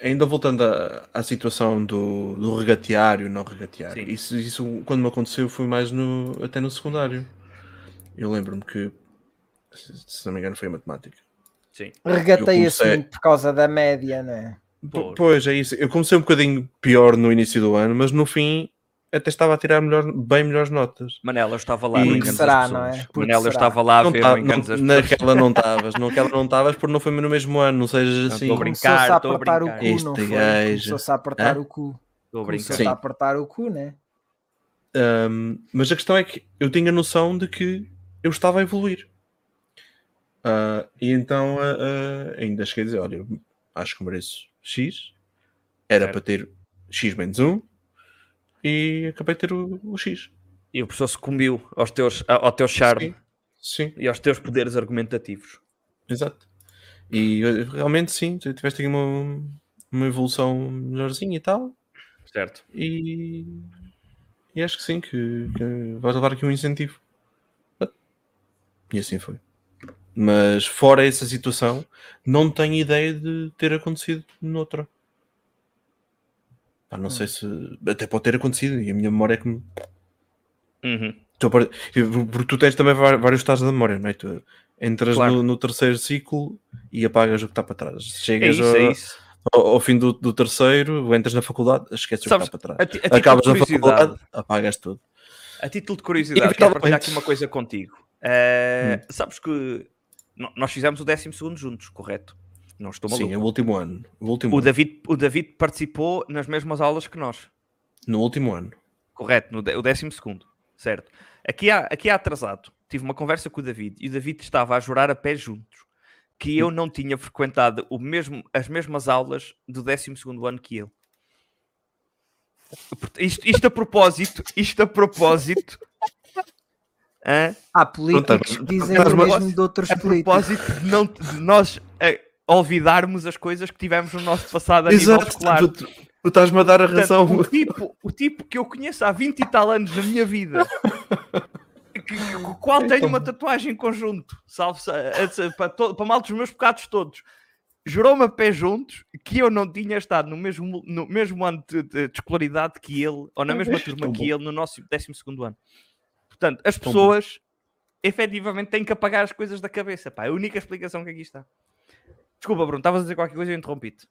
Speaker 4: eh, ainda voltando à, à situação do, do regatear e o não regatear,
Speaker 5: Sim.
Speaker 4: isso, isso quando me aconteceu foi mais no, até no secundário. Eu lembro-me que, se se não me engano, foi em matemática.
Speaker 5: Sim.
Speaker 2: Regateia-se
Speaker 4: comecei-
Speaker 2: muito assim por causa da média, não é?
Speaker 4: P-
Speaker 5: Pois.
Speaker 4: Pois é isso. Eu comecei um bocadinho pior no início do ano, mas no fim até estava a tirar melhor, bem melhores notas.
Speaker 5: Manela, eu estava lá.
Speaker 4: E
Speaker 5: no
Speaker 4: que
Speaker 5: Enganos das
Speaker 2: será, não é?
Speaker 5: Pessoas.
Speaker 2: Porque
Speaker 5: Manela, eu
Speaker 2: será.
Speaker 5: estava lá a
Speaker 4: Não
Speaker 5: ver
Speaker 4: tá-
Speaker 5: o Enganos
Speaker 4: não-
Speaker 5: das Pessoas.
Speaker 4: naquela não estavas, naquela não estavas porque não foi no mesmo ano, não sejas
Speaker 5: Não,
Speaker 4: assim.
Speaker 5: tô a brincar.
Speaker 2: Começou-se a
Speaker 5: estou a
Speaker 2: apertar o
Speaker 5: brincar.
Speaker 2: cu, não
Speaker 4: Este
Speaker 2: foi?
Speaker 4: gajo.
Speaker 2: Começou-se a apertar
Speaker 4: Hã?
Speaker 2: o cu.
Speaker 5: Estou a brincar.
Speaker 2: Começou-se a apertar o cu, né?
Speaker 4: Um, mas a questão é que eu tinha noção de que eu estava a evoluir. Ah, e então ah, ah, ainda cheguei a dizer: olha, eu acho que mereço X, era
Speaker 5: Certo.
Speaker 4: para ter X menos 1 e acabei de ter o, o X.
Speaker 5: E o professor sucumbiu aos teus, a- ao teu charme
Speaker 4: Sim,
Speaker 5: e aos teus poderes argumentativos.
Speaker 4: exato. E eh, realmente sim, tu tiveste aqui uma, uma evolução melhorzinha e tal.
Speaker 5: Certo.
Speaker 4: E, e acho que sim, que, que vais levar aqui um incentivo. E assim foi. Mas fora essa situação, não tenho ideia de ter acontecido noutra. Pá, não
Speaker 5: Hum.
Speaker 4: sei se. Até pode ter acontecido, e a minha memória é que me.
Speaker 5: Uhum.
Speaker 4: Estou a par- eu- Porque tu tens também va- vários estados da memória, não é? Tu entras
Speaker 5: Claro.
Speaker 4: no, no terceiro ciclo e apagas o que está para trás.
Speaker 5: É
Speaker 4: Chegas
Speaker 5: isso,
Speaker 4: ao,
Speaker 5: é isso.
Speaker 4: ao- ao fim do, do terceiro, entras na faculdade, esqueces o que
Speaker 5: Sabes,
Speaker 4: está para trás
Speaker 5: A, ti- a título
Speaker 4: acabas
Speaker 5: de
Speaker 4: na
Speaker 5: curiosidade,
Speaker 4: faculdade, apagas tudo.
Speaker 5: a título de curiosidade quero partilhar
Speaker 4: Inevitavelmente.
Speaker 5: aqui uma coisa contigo. Eh, Sabes que no- nós fizemos o 12 juntos, correto? Não estou maluco.
Speaker 4: Sim, é o último ano. O último
Speaker 5: o,
Speaker 4: ano.
Speaker 5: David, o David participou nas mesmas aulas que nós.
Speaker 4: No último ano.
Speaker 5: Correto, no, dé- o décimo segundo, certo. Aqui há, aqui há atrasado. Tive uma conversa com o David e o David estava a jurar a pé juntos que eu não tinha frequentado o mesmo, as mesmas aulas do décimo segundo ano que ele. Port- Isto, isto a propósito, isto a propósito, hã?
Speaker 2: Há políticos que
Speaker 4: Pronto, tá
Speaker 2: dizem
Speaker 4: mas-
Speaker 2: o mesmo de
Speaker 4: é
Speaker 2: outros
Speaker 5: a
Speaker 2: políticos.
Speaker 5: propósito de, não, de nós eh, olvidarmos as coisas que tivemos no nosso passado a nível escolar.
Speaker 4: Tu, tu- tu estás-me a dar a
Speaker 5: Portanto,
Speaker 4: razão.
Speaker 5: o, tipo, o tipo que eu conheço há 20 e tal anos da minha vida, que- que- com o qual tenho uma tatuagem em conjunto, salvo se- a- se- eh, para, to- para mal dos meus pecados todos, jurou-me a pé juntos que eu não tinha estado no mesmo, no mesmo ano de, de- de escolaridade que ele, ou na mesma turma que ele, no nosso 12 ano. Portanto, as
Speaker 4: Tão
Speaker 5: pessoas efetivamente têm que apagar as coisas da cabeça. Pá, é a única explicação que aqui está. Desculpa, Bruno, estavas a dizer qualquer coisa e eu interrompi-te.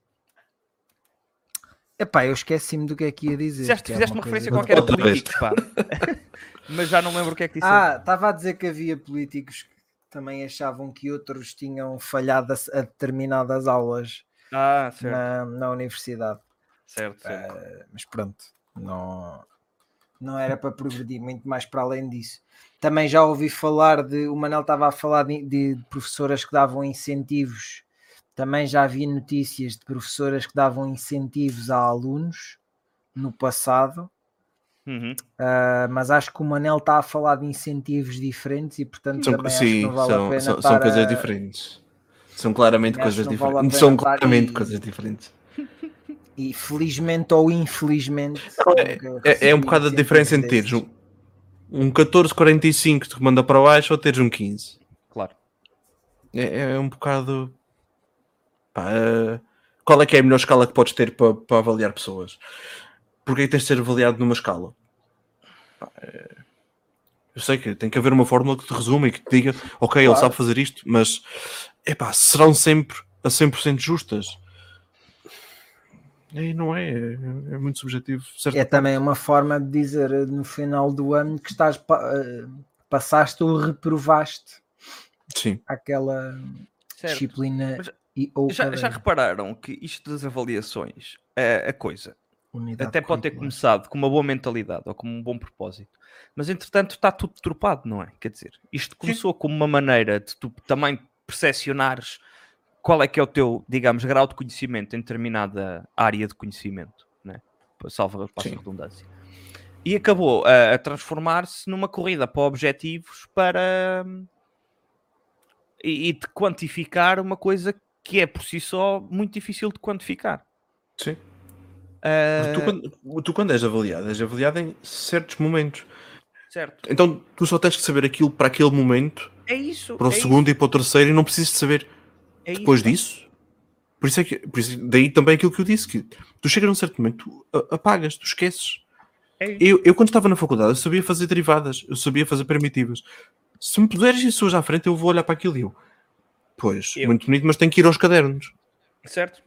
Speaker 2: Epá, eu esqueci-me do que é que ia dizer.
Speaker 5: Fizeste,
Speaker 2: que é
Speaker 5: fizeste uma
Speaker 2: uma coisa
Speaker 5: referência
Speaker 2: do-
Speaker 5: qualquer a
Speaker 4: Outra vez.
Speaker 5: políticos, pá. Mas já não lembro o que é que disse.
Speaker 2: Ah, estava a dizer que havia políticos que também achavam que outros tinham falhado a, a determinadas aulas
Speaker 5: Ah, certo,
Speaker 2: na, na universidade.
Speaker 5: certo, certo.
Speaker 2: Ah, mas pronto, não, não era para progredir muito mais para além disso. Também já ouvi falar de. O Manel estava a falar de, de professoras que davam incentivos. Também já vi notícias de professoras que davam incentivos a alunos no passado.
Speaker 5: Uhum.
Speaker 2: Ah, mas acho que o Manel está a falar de incentivos diferentes e portanto
Speaker 4: São,
Speaker 2: também acho que
Speaker 4: sim,
Speaker 2: não vale a
Speaker 4: são,
Speaker 2: pena
Speaker 4: são,
Speaker 2: estar
Speaker 4: são coisas
Speaker 2: a-
Speaker 4: diferentes. São claramente
Speaker 2: Também acho
Speaker 4: coisas
Speaker 2: que não vale a
Speaker 4: diferentes.
Speaker 2: pena
Speaker 4: São
Speaker 2: estar
Speaker 4: claramente
Speaker 2: aí-
Speaker 4: coisas diferentes.
Speaker 2: E felizmente ou infelizmente nunca
Speaker 4: É, é um
Speaker 2: recebi
Speaker 4: bocado a diferença entre
Speaker 2: incentivos
Speaker 4: teres um, um 1445 que te manda para baixo ou teres um 15.
Speaker 5: Claro.
Speaker 4: É, é um bocado. pá, eh, qual é que é a melhor escala que podes ter para, para avaliar pessoas? Porquê que tens de ser avaliado numa escala? Pá, eh, eu sei que tem que haver uma fórmula que te resume e que te diga, ok, ele
Speaker 2: Claro.
Speaker 4: sabe fazer isto, mas epá, serão sempre a 100% justas. E não é, é, é muito subjetivo. certo?
Speaker 2: desses. É também uma forma de dizer eh, no final do ano que estás pa- eh, passaste ou reprovaste
Speaker 4: Sim.
Speaker 2: aquela
Speaker 5: certo.
Speaker 2: disciplina
Speaker 5: Mas
Speaker 2: e ou
Speaker 5: Já, já
Speaker 2: cadeira,
Speaker 5: repararam que isto das avaliações é a coisa.
Speaker 2: unidade
Speaker 5: Até pode ter
Speaker 2: curricular.
Speaker 5: começado com uma boa mentalidade ou com um bom propósito, mas entretanto está tudo trupado, não é? Quer dizer, isto começou como uma maneira de tu também percepcionares qual é que é o teu, digamos, grau de conhecimento em determinada área de conhecimento, né? salvo a
Speaker 4: Sim.
Speaker 5: redundância. E acabou a, a transformar-se numa corrida para objetivos para e, e de quantificar uma coisa que é por si só muito difícil de quantificar.
Speaker 4: Sim.
Speaker 5: Ah,
Speaker 4: Porque Tu, quando, tu quando és avaliado, és avaliado em certos momentos.
Speaker 5: certo.
Speaker 4: Então tu só tens que saber aquilo para aquele momento,
Speaker 5: É isso.
Speaker 4: para o
Speaker 5: é
Speaker 4: segundo e para o terceiro, e não precisas de saber
Speaker 5: isso, é
Speaker 4: depois
Speaker 5: isso.
Speaker 4: disso. Por isso é que por isso- daí também aquilo que eu disse: que tu chegas num certo momento, tu a- apagas, tu esqueces.
Speaker 5: É isso.
Speaker 4: Eu, eu, quando estava na faculdade, eu sabia fazer derivadas, eu sabia fazer primitivas. Se me puseres isso hoje à frente, eu vou olhar para aquilo e eu. Pois,
Speaker 5: Eu.
Speaker 4: muito bonito, mas tenho que ir aos cadernos.
Speaker 5: Certo?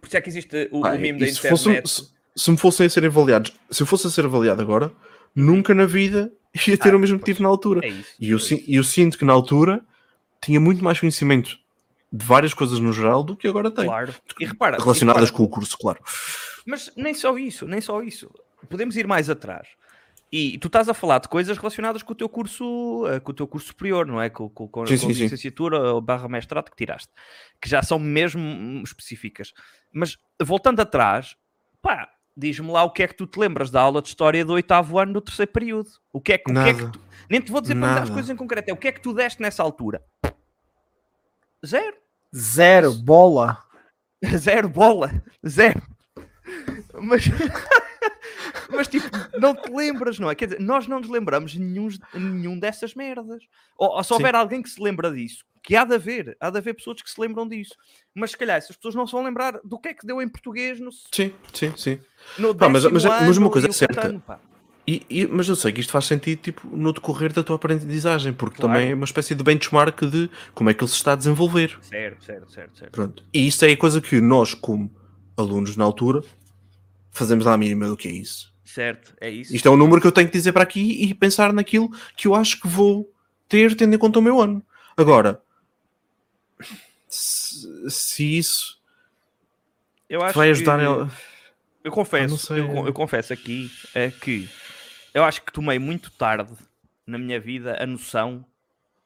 Speaker 5: Por isso é que existe o,
Speaker 4: Pá,
Speaker 5: o meme da
Speaker 4: e se fosse um-
Speaker 5: internet.
Speaker 4: se- se me fossem a ser avaliados, se eu fosse a ser avaliado agora, nunca na vida ia ter
Speaker 5: Ah,
Speaker 4: o mesmo
Speaker 5: pois.
Speaker 4: motivo na altura.
Speaker 5: É isso.
Speaker 4: um- E eu, sin- eu sinto que na altura tinha muito mais conhecimento de várias coisas no geral do que agora tenho.
Speaker 5: Claro. E repara, e
Speaker 4: Relacionadas
Speaker 5: repara,
Speaker 4: com o curso, claro.
Speaker 5: Mas nem só isso, nem só isso. Podemos ir mais atrás. E tu estás a falar de coisas relacionadas com o teu curso, eh, com o teu curso superior, não é? Com, com, com,
Speaker 4: Sim,
Speaker 5: com
Speaker 4: sim, sim.
Speaker 5: licenciatura ou barra mestrado que tiraste, que já são mesmo hum, específicas. Mas voltando atrás, pá, diz-me lá o que é que tu te lembras da aula de história do oitavo ano do terceiro período. O que é que, o que é que
Speaker 4: Nada.
Speaker 5: tu- Nem te vou dizer para me dar as
Speaker 4: Nada.
Speaker 5: coisas em concreto, é o que é que tu deste nessa altura? Zero.
Speaker 2: zero bola
Speaker 5: Zero bola, zero. Mas, mas tipo, não te lembras, não é? Quer dizer, nós não nos lembramos nenhum, nenhum dessas merdas. Ou, ou se
Speaker 4: Sim.
Speaker 5: houver alguém que se lembra disso, que há de haver, há de haver pessoas que se lembram disso. Mas se calhar essas pessoas não se vão lembrar do que é que deu em português no,
Speaker 4: Sim, sim, sim.
Speaker 5: no
Speaker 4: Pá, mas-
Speaker 5: décimo
Speaker 4: mas é- mas
Speaker 5: ano
Speaker 4: uma coisa
Speaker 5: e
Speaker 4: é
Speaker 5: o
Speaker 4: certa.
Speaker 5: cutano, pá.
Speaker 4: E- e- mas eu sei que isto faz sentido tipo, no decorrer da tua aprendizagem, porque
Speaker 5: Claro.
Speaker 4: também é uma espécie de benchmark de como é que ele se está a desenvolver.
Speaker 5: Certo, certo, certo, certo.
Speaker 4: Pronto. E isto é a coisa que nós, como alunos na altura, fazemos à mínima do que é isso.
Speaker 5: Certo, é isso.
Speaker 4: Isto é um número que eu tenho que dizer para aqui e pensar naquilo que eu acho que vou ter, tendo em conta o meu ano. Agora, se, se isso
Speaker 5: Eu
Speaker 4: vai ajudar.
Speaker 5: que-
Speaker 4: ela-
Speaker 5: Eu confesso,
Speaker 4: Ah, não sei.
Speaker 5: eu, con- eu confesso aqui é que eu acho que tomei muito tarde na minha vida a noção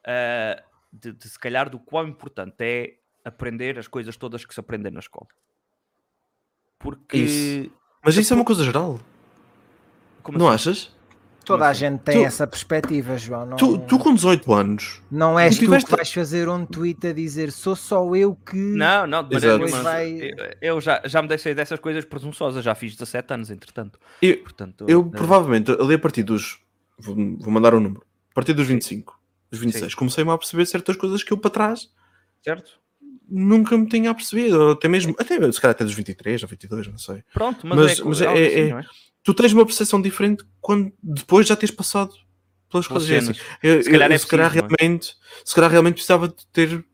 Speaker 5: ah, de, de se calhar do quão importante é aprender as coisas todas que se aprendem na escola. Porque
Speaker 4: Isso. Mas isso é uma coisa geral,
Speaker 5: como
Speaker 4: não
Speaker 5: assim?
Speaker 4: achas?
Speaker 2: toda a
Speaker 5: assim?
Speaker 2: gente tem
Speaker 4: Tu-
Speaker 2: essa perspectiva João não,
Speaker 4: Tu, tu com 18 anos,
Speaker 2: não és
Speaker 4: tu
Speaker 2: tu
Speaker 4: tiveste-
Speaker 2: que vais fazer um tweet a dizer sou só eu que
Speaker 5: Não, não, de maneira
Speaker 4: Exato.
Speaker 5: nenhuma.
Speaker 2: Vai-
Speaker 5: Eu- Eu já, já me deixei dessas coisas presunçoosas, já fiz 17 anos, entretanto.
Speaker 4: Eu-
Speaker 5: Portanto,
Speaker 4: eu
Speaker 5: eh,
Speaker 4: provavelmente ali a partir dos. Vou, vou mandar um número. A partir dos 25, dos 26, comecei-me a perceber certas coisas que eu para trás
Speaker 5: Certo?
Speaker 4: nunca me tinha percebido, ou até mesmo, até, se calhar até dos 23 ou 22, não sei.
Speaker 5: Pronto, mas,
Speaker 4: Mas-
Speaker 5: é,
Speaker 4: mas
Speaker 5: algo
Speaker 4: é-
Speaker 5: assim,
Speaker 4: é-
Speaker 5: não é?
Speaker 4: tu tens uma percepção diferente quando depois já tens passado
Speaker 5: Pelas
Speaker 4: pelas coisas. é assim.
Speaker 5: cenas.
Speaker 4: Eu- eu-
Speaker 5: Se calhar é
Speaker 4: se calhar
Speaker 5: preciso, não é?
Speaker 4: realmente, se calhar realmente precisava de ter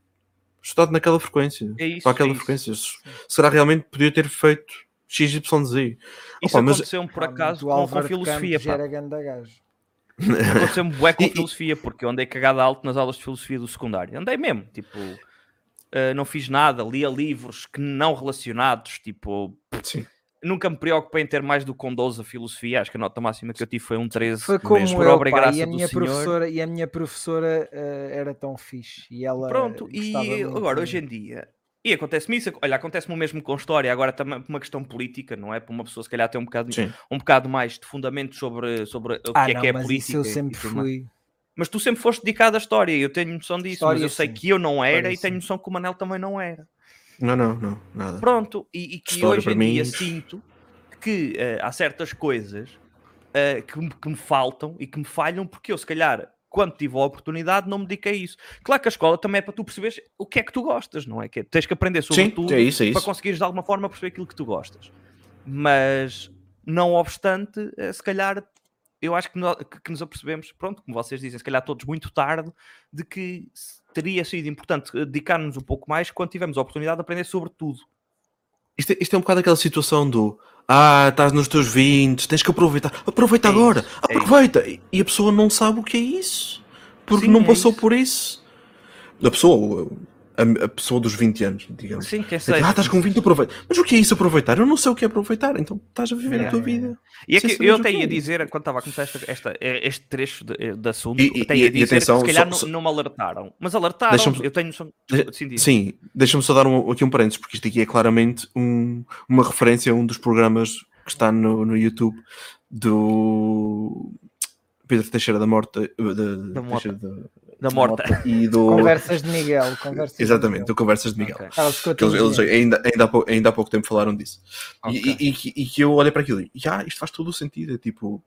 Speaker 4: estudado naquela frequência.
Speaker 5: É isso,
Speaker 4: para
Speaker 5: é
Speaker 4: aquela
Speaker 5: isso.
Speaker 4: frequência. Se se calhar realmente podia ter feito XYZ.
Speaker 5: Isso
Speaker 4: Opa, Ah, mas-
Speaker 5: aconteceu-me por
Speaker 2: Realmente,
Speaker 5: acaso
Speaker 2: o
Speaker 5: com, com
Speaker 2: Álvaro de
Speaker 5: filosofia,
Speaker 2: Campos
Speaker 5: pá.
Speaker 2: Era ganda gajo.
Speaker 5: Aconteceu-me bué com
Speaker 4: E- e-
Speaker 5: filosofia, porque eu andei cagado alto nas aulas de filosofia do secundário. Andei mesmo, tipo, eh, não fiz nada, lia livros que não relacionados, tipo,
Speaker 4: Sim.
Speaker 5: nunca me preocupei em ter mais do que um 12 a filosofia, acho que a nota máxima que eu tive foi um 13.
Speaker 2: Foi como
Speaker 5: por
Speaker 2: eu,
Speaker 5: obra e
Speaker 2: pá,
Speaker 5: graça
Speaker 2: e a
Speaker 5: do
Speaker 2: minha
Speaker 5: Senhor.
Speaker 2: professora, e a minha professora eh, era tão fixe. E ela
Speaker 5: Pronto, e
Speaker 2: gostava muito
Speaker 5: agora,
Speaker 2: de
Speaker 5: hoje
Speaker 2: mim.
Speaker 5: em dia, e acontece-me isso, olha, acontece-me o mesmo com história, agora também por uma questão política, não é? Para uma pessoa se calhar ter um bocado,
Speaker 4: Sim.
Speaker 5: um bocado mais de fundamento sobre, sobre o que
Speaker 2: ah,
Speaker 5: é
Speaker 2: não,
Speaker 5: que é
Speaker 2: mas
Speaker 5: política.
Speaker 2: isso eu
Speaker 5: e
Speaker 2: sempre
Speaker 5: tudo mais.
Speaker 2: fui.
Speaker 5: Mas tu sempre foste dedicado à história, eu tenho noção disso, mas
Speaker 2: História,
Speaker 5: eu sei
Speaker 2: sim.
Speaker 5: que eu não era
Speaker 2: História,
Speaker 5: e tenho
Speaker 2: sim.
Speaker 5: noção que o Manel também não era.
Speaker 4: Não, não, não. Nada.
Speaker 5: Pronto, e, e que
Speaker 4: História
Speaker 5: hoje
Speaker 4: para
Speaker 5: em
Speaker 4: mim-
Speaker 5: dia sinto que eh, há certas coisas eh, que, me- que me faltam e que me falham porque eu, se calhar, quando tive a oportunidade, não me dediquei a isso. Claro que a escola também é para tu perceberes o que é que tu gostas, não é? Que é- tens que aprender sobre
Speaker 4: Sim,
Speaker 5: tudo
Speaker 4: é isso, é
Speaker 5: para
Speaker 4: isso.
Speaker 5: conseguires de alguma forma perceber aquilo que tu gostas. Mas, não obstante, eh, se calhar, eu acho que, nó- que- que nos apercebemos, pronto, como vocês dizem, se calhar todos muito tarde, de que se- teria sido importante eh, dedicar-nos um pouco mais quando tivemos a oportunidade de aprender sobre tudo.
Speaker 4: Isto, é- isto é um bocado aquela situação do ah, estás nos teus 20, tens que aproveitar. Aproveita
Speaker 5: É
Speaker 4: agora,
Speaker 5: isso, é
Speaker 4: aproveita. E- E a pessoa não sabe o que é isso, porque
Speaker 5: Sim,
Speaker 4: não
Speaker 5: é
Speaker 4: passou
Speaker 5: isso.
Speaker 4: por isso. A pessoa, a, a pessoa dos 20 anos, digamos.
Speaker 5: Sim, quem
Speaker 4: Ah,
Speaker 5: seja.
Speaker 4: estás com 20, aproveita. Mas o que é isso aproveitar? Eu não sei o que é aproveitar, então estás a viver
Speaker 2: É,
Speaker 4: a tua
Speaker 2: é,
Speaker 4: vida.
Speaker 5: E é
Speaker 4: Sem
Speaker 5: que
Speaker 4: saberes
Speaker 5: eu
Speaker 4: o
Speaker 5: até
Speaker 4: que
Speaker 5: ia
Speaker 4: é.
Speaker 5: dizer, quando estava a começar esta, esta- este trecho de, de assunto,
Speaker 4: E- e-
Speaker 5: até ia
Speaker 4: e- e
Speaker 5: dizer
Speaker 4: atenção,
Speaker 5: que se calhar
Speaker 4: só-
Speaker 5: não,
Speaker 4: só-
Speaker 5: não me alertaram. Mas alertaram,
Speaker 4: Deixa-me-
Speaker 5: eu tenho noção...
Speaker 4: de-
Speaker 5: Desculpa, sim, diz.
Speaker 4: Sim, deixa-me só dar um- aqui um parênteses, porque isto aqui é claramente um- uma referência a um dos programas que está no, no YouTube do Pedro Teixeira da Morte, da,
Speaker 5: Da Mota.
Speaker 4: Teixeira da-
Speaker 5: da morta.
Speaker 4: e do
Speaker 2: Conversas de Miguel. Conversas de
Speaker 4: exatamente,
Speaker 2: Miguel.
Speaker 4: do Conversas de Miguel.
Speaker 5: Ok.
Speaker 2: Carlos Couto
Speaker 4: Que eles, eles
Speaker 2: Vilhena.
Speaker 4: ainda, ainda, há pou- ainda há pouco tempo falaram disso. E-
Speaker 5: Ok.
Speaker 4: E, e que- e que eu olhei para aquilo e já, isto faz todo o sentido. É tipo,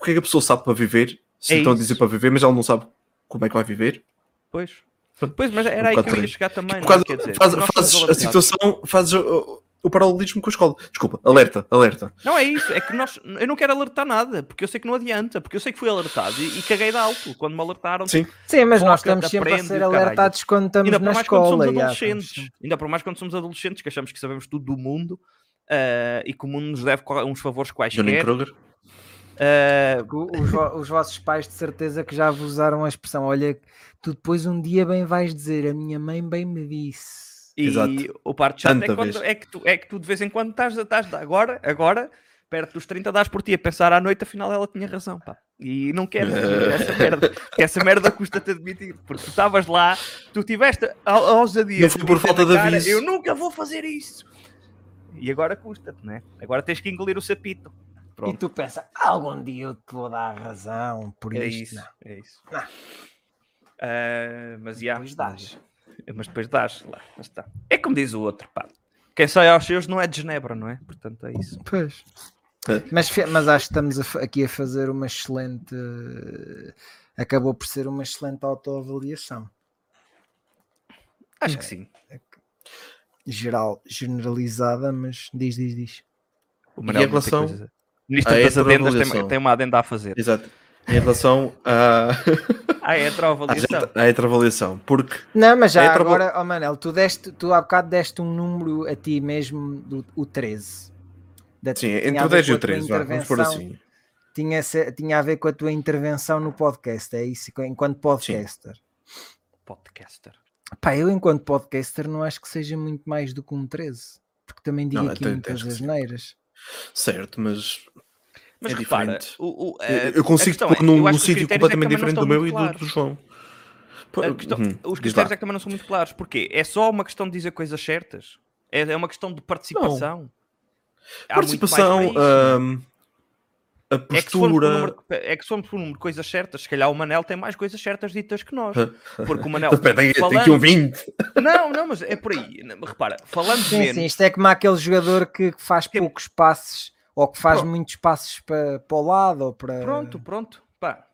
Speaker 4: o que é que a pessoa sabe para viver? Se
Speaker 5: É
Speaker 4: estão a
Speaker 5: isso.
Speaker 4: dizer para viver, mas ela não sabe como é que vai viver.
Speaker 5: Pois.
Speaker 4: Pronto.
Speaker 5: Pois, mas
Speaker 4: Um
Speaker 5: era aí que
Speaker 4: bocado
Speaker 5: eu ia
Speaker 4: triste.
Speaker 5: chegar também.
Speaker 4: Por
Speaker 5: não é?
Speaker 4: causa-
Speaker 5: Quer dizer,
Speaker 4: faz-
Speaker 5: nós somos
Speaker 4: fazes a
Speaker 5: alertados.
Speaker 4: situação, fazes o, o paralelismo com a escola. Desculpa, alerta, alerta.
Speaker 5: Não é isso, é que nós. Eu não quero alertar nada, porque eu sei que não adianta, porque eu sei que fui alertado e, e caguei de alto quando me alertaram.
Speaker 4: Sim.
Speaker 2: Sim, mas nós
Speaker 5: Foca-te,
Speaker 2: estamos sempre a
Speaker 5: aprende,
Speaker 2: ser
Speaker 5: caralho.
Speaker 2: alertados quando estamos
Speaker 5: Ainda por
Speaker 2: na
Speaker 5: mais quando
Speaker 2: escola.
Speaker 5: somos
Speaker 2: já,
Speaker 5: adolescentes.
Speaker 2: estamos-
Speaker 5: Ainda por mais quando somos adolescentes, que achamos que sabemos tudo do mundo eh, e que o mundo nos deve qual- uns favores
Speaker 4: Johnny
Speaker 5: quaisquer.
Speaker 4: Kruger.
Speaker 5: Eh,
Speaker 2: É, O- Os, vo- os vossos pais de certeza que já vos usaram a expressão. Olha, tu depois um dia bem vais dizer, a minha mãe bem me disse.
Speaker 5: E
Speaker 4: Exato.
Speaker 5: o parte chato é,
Speaker 4: Tanta
Speaker 5: quando,
Speaker 4: vez.
Speaker 5: é, que tu, é que tu de vez em quando estás, estás agora, agora, perto dos 30, dás por ti a pensar à noite, afinal ela tinha razão, pá. E não queres admitir essa merda, porque essa merda custa-te admitir, porque tu estavas lá, tu tiveste a, a ousadia.
Speaker 4: Não
Speaker 5: de
Speaker 4: foi por
Speaker 5: dizer
Speaker 4: falta
Speaker 5: na
Speaker 4: de
Speaker 5: cara,
Speaker 4: aviso.
Speaker 5: Eu nunca vou fazer isso. E agora custa-te, né? Agora tens que engolir o sapito.
Speaker 2: E tu pensa, algum dia eu te vou dar a razão por
Speaker 5: É
Speaker 2: isto.
Speaker 5: isso,
Speaker 2: Não,
Speaker 5: é isso. Ah, mas já.
Speaker 2: depois dás.
Speaker 5: Mas depois dás, lá, lá está. É como diz o outro, pá. Quem sai aos seus não é de Genebra, não é? Portanto, é isso.
Speaker 2: Pois.
Speaker 4: É.
Speaker 2: Mas, fe- mas acho que estamos a fa- aqui a fazer uma excelente. Acabou por ser uma excelente autoavaliação.
Speaker 4: É.
Speaker 5: Acho que sim.
Speaker 2: Geral, generalizada, mas diz, diz, diz.
Speaker 5: O
Speaker 4: Manel
Speaker 5: Manel
Speaker 4: em não tem relação coisas
Speaker 5: Ministro
Speaker 4: à
Speaker 5: das Adendas tem,
Speaker 4: heteroavaliação?
Speaker 5: tem uma adenda a fazer.
Speaker 4: Exato. Em relação à,
Speaker 5: Ah, é
Speaker 4: à,
Speaker 5: heteroavaliação.
Speaker 4: gente- à heteroavaliação, porque
Speaker 2: Não, mas já
Speaker 4: É trabo-
Speaker 2: agora, oh Manel, tu, deste, tu há bocado deste um número a ti mesmo, do, o 13. Da-
Speaker 4: sim,
Speaker 2: tinha
Speaker 4: entre
Speaker 2: a
Speaker 4: o
Speaker 2: ver
Speaker 4: 10 e
Speaker 2: com
Speaker 4: o
Speaker 2: a tua
Speaker 4: 13, vá, vamos pôr
Speaker 2: intervenção-
Speaker 4: assim.
Speaker 2: Tinha, se- tinha a ver com a tua intervenção no podcast, é isso? Enquanto podcaster.
Speaker 5: Podcaster.
Speaker 4: É
Speaker 2: Pá, eu enquanto podcaster não acho que seja muito mais do que um 13. Porque também digo
Speaker 4: Não, é
Speaker 2: aqui
Speaker 4: tem-
Speaker 2: muitas
Speaker 4: tens que ser.
Speaker 2: asneiras.
Speaker 4: Certo, mas
Speaker 5: Mas
Speaker 4: É
Speaker 5: repara,
Speaker 4: diferente.
Speaker 5: o, o- a-
Speaker 4: eu-
Speaker 5: a
Speaker 4: eu consigo te
Speaker 5: questão
Speaker 4: pôr
Speaker 5: é, eu
Speaker 4: num
Speaker 5: acho que os
Speaker 4: sítio
Speaker 5: critérios é que também não
Speaker 4: completamente diferente
Speaker 5: estão
Speaker 4: do meu
Speaker 5: muito
Speaker 4: e do,
Speaker 5: claros.
Speaker 4: do João. Pô,
Speaker 5: A questão-
Speaker 4: hum,
Speaker 5: Os
Speaker 4: diz lá.
Speaker 5: critérios é que também não são muito claros. Porquê? É só uma questão de dizer coisas certas? É, é uma questão de participação? Há muito mais para
Speaker 4: Participação,
Speaker 5: isso.
Speaker 4: ahm, a
Speaker 5: é que se formos por um
Speaker 4: postura.
Speaker 5: número- é que se formos por um número de coisas certas, se calhar o Manel tem mais coisas certas ditas que nós. Porque o Manel.
Speaker 4: Espera, Tem tem aqui
Speaker 5: falando-
Speaker 4: um 20.
Speaker 5: Não, não, mas é por aí. Repara, falando
Speaker 2: Sim,
Speaker 5: menos.
Speaker 2: sim, isto é como aquele jogador que faz
Speaker 5: Tem-
Speaker 2: poucos passes ou que faz
Speaker 5: Pronto.
Speaker 2: muitos passes para, para o lado ou para.
Speaker 5: Pronto, pronto. Pá.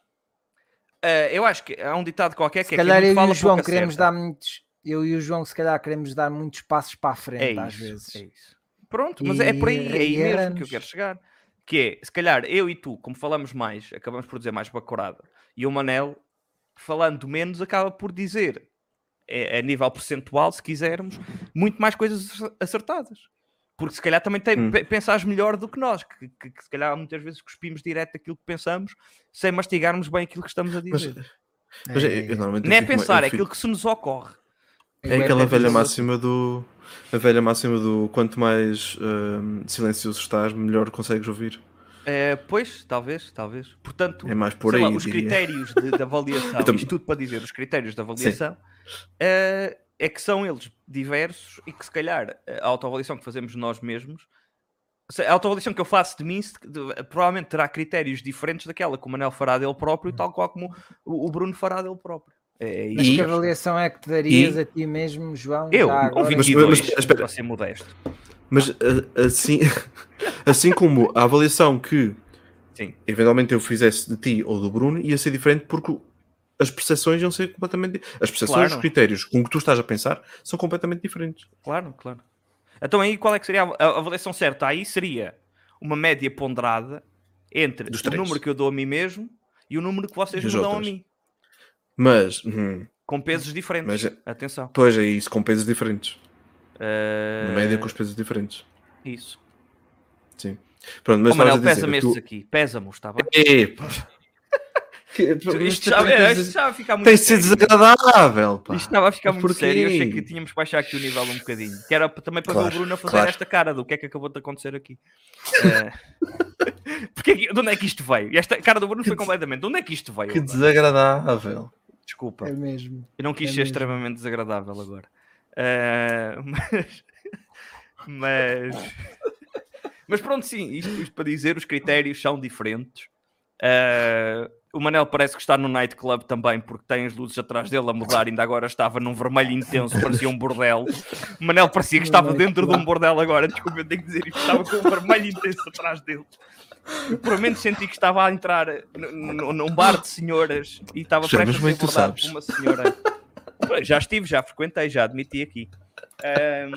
Speaker 5: Eh, eu acho que há um ditado qualquer que
Speaker 2: se
Speaker 5: é
Speaker 2: calhar
Speaker 5: quem
Speaker 2: eu
Speaker 5: muito
Speaker 2: e
Speaker 5: fala,
Speaker 2: o João
Speaker 5: pouco
Speaker 2: queremos
Speaker 5: acerta.
Speaker 2: dar muitos. Eu e o João, se calhar, queremos dar muitos passos para a frente
Speaker 5: é
Speaker 2: às
Speaker 5: isso,
Speaker 2: vezes.
Speaker 5: é isso. Pronto, mas é por aí, é
Speaker 2: E
Speaker 5: aí mesmo que eu
Speaker 2: erramos.
Speaker 5: quero chegar. Que é, se calhar eu e tu, como falamos mais, acabamos por dizer mais bacurada, e o Manel, falando menos, acaba por dizer, eh, a nível percentual, se quisermos, muito mais coisas acer- acertadas. Porque se calhar também tem,
Speaker 4: Hum.
Speaker 5: pe- pensás melhor do que nós, que, que- que se calhar muitas vezes cuspimos direto aquilo que pensamos, sem mastigarmos bem aquilo que estamos a
Speaker 4: Mas,
Speaker 5: dizer.
Speaker 4: mas eu- eu normalmente eu
Speaker 5: Nem é
Speaker 4: fico mais-
Speaker 5: pensar,
Speaker 4: eu
Speaker 5: é
Speaker 4: fico-
Speaker 5: aquilo que se nos ocorre.
Speaker 4: É aquela velha
Speaker 2: massa.
Speaker 4: máxima do. A velha máxima do quanto mais hum, silencioso estás, melhor consegues ouvir.
Speaker 5: Eh, pois, talvez, talvez. Portanto,
Speaker 4: É mais por
Speaker 5: sei
Speaker 4: aí.
Speaker 5: lá, os
Speaker 4: diria. Então-
Speaker 5: critérios de, de avaliação,
Speaker 4: Eu também-
Speaker 5: isto tudo para dizer, os critérios de avaliação eh, é que são eles diversos e que se calhar eh, a autoavaliação que fazemos nós mesmos, se- a autoavaliação que eu faço de mim se- de- provavelmente terá critérios diferentes daquela que o Manel fará dele próprio, tal qual como o, o Bruno fará dele próprio. É,
Speaker 4: Mas
Speaker 2: Mas
Speaker 5: isso.
Speaker 2: que avaliação é que te darias
Speaker 4: e-
Speaker 2: a ti mesmo, João?
Speaker 5: Eu,
Speaker 2: já
Speaker 5: um
Speaker 2: agora?
Speaker 4: Mas-
Speaker 5: 22,
Speaker 4: mas- espera.
Speaker 5: para ser modesto.
Speaker 4: Mas a- assim, assim como a avaliação que
Speaker 5: Sim.
Speaker 4: eventualmente eu fizesse de ti ou do Bruno ia ser diferente porque as percepções iam ser completamente. As percepções,
Speaker 5: Claro.
Speaker 4: os critérios com que tu estás a pensar são completamente diferentes.
Speaker 5: Claro, claro. Então aí qual é que seria a a avaliação certa? Aí seria uma média ponderada entre
Speaker 4: Dos
Speaker 5: o
Speaker 4: três.
Speaker 5: número que eu dou a mim mesmo e o número que vocês
Speaker 4: Dos
Speaker 5: me dão a
Speaker 4: outros.
Speaker 5: mim,
Speaker 4: Mas, hum,
Speaker 5: com pesos diferentes.
Speaker 4: mas
Speaker 5: Atenção.
Speaker 4: pois é isso, com pesos diferentes.
Speaker 5: Eh,
Speaker 4: Na média com os pesos diferentes.
Speaker 5: Isso. Mas oh,
Speaker 4: Pronto, mas estavas
Speaker 5: Manel,
Speaker 4: a dizer,
Speaker 5: pesa-me
Speaker 4: tu-
Speaker 5: estes aqui. Pesa-me, está bem?
Speaker 4: Epá. Que-
Speaker 5: Isto,
Speaker 4: isto
Speaker 5: já,
Speaker 4: tem-
Speaker 5: é, isto já vai ficar muito
Speaker 4: Tem de ser
Speaker 5: sério.
Speaker 4: desagradável, pá.
Speaker 5: Isto estava a ficar muito
Speaker 4: Porquê?
Speaker 5: sério. Eu achei que tínhamos que baixar aqui o nível um bocadinho. Que era p- também para ver
Speaker 4: Claro,
Speaker 5: o Bruno a fazer
Speaker 4: claro.
Speaker 5: esta cara do que é que acabou de acontecer aqui. Eh, Porque, é que- de onde é que isto veio? E Esta cara do Bruno foi completamente. De onde é que isto veio?
Speaker 4: Que
Speaker 5: Alvaro?
Speaker 4: desagradável.
Speaker 5: Desculpa.
Speaker 2: É mesmo.
Speaker 5: Eu não quis
Speaker 2: É
Speaker 5: ser
Speaker 2: mesmo.
Speaker 5: extremamente desagradável agora. Ah, mas, mas. Mas pronto, sim, isto, isto para dizer, os critérios são diferentes. Ah, o Manel parece que está no nightclub também, porque tem as luzes atrás dele a mudar. Ainda agora estava num vermelho intenso, parecia um bordel. O Manel parecia que estava dentro de um bordel agora. Desculpa, eu tenho que dizer isto. Estava com um vermelho intenso atrás dele. Eu, por menos, senti que estava a entrar n- n- num bar de senhoras e estava
Speaker 4: João,
Speaker 5: prestes a
Speaker 4: mas bem
Speaker 5: ser
Speaker 4: tu
Speaker 5: abordado por
Speaker 4: sabes.
Speaker 5: uma senhora. Bem, Já estive, já frequentei, já admiti aqui. Ahm,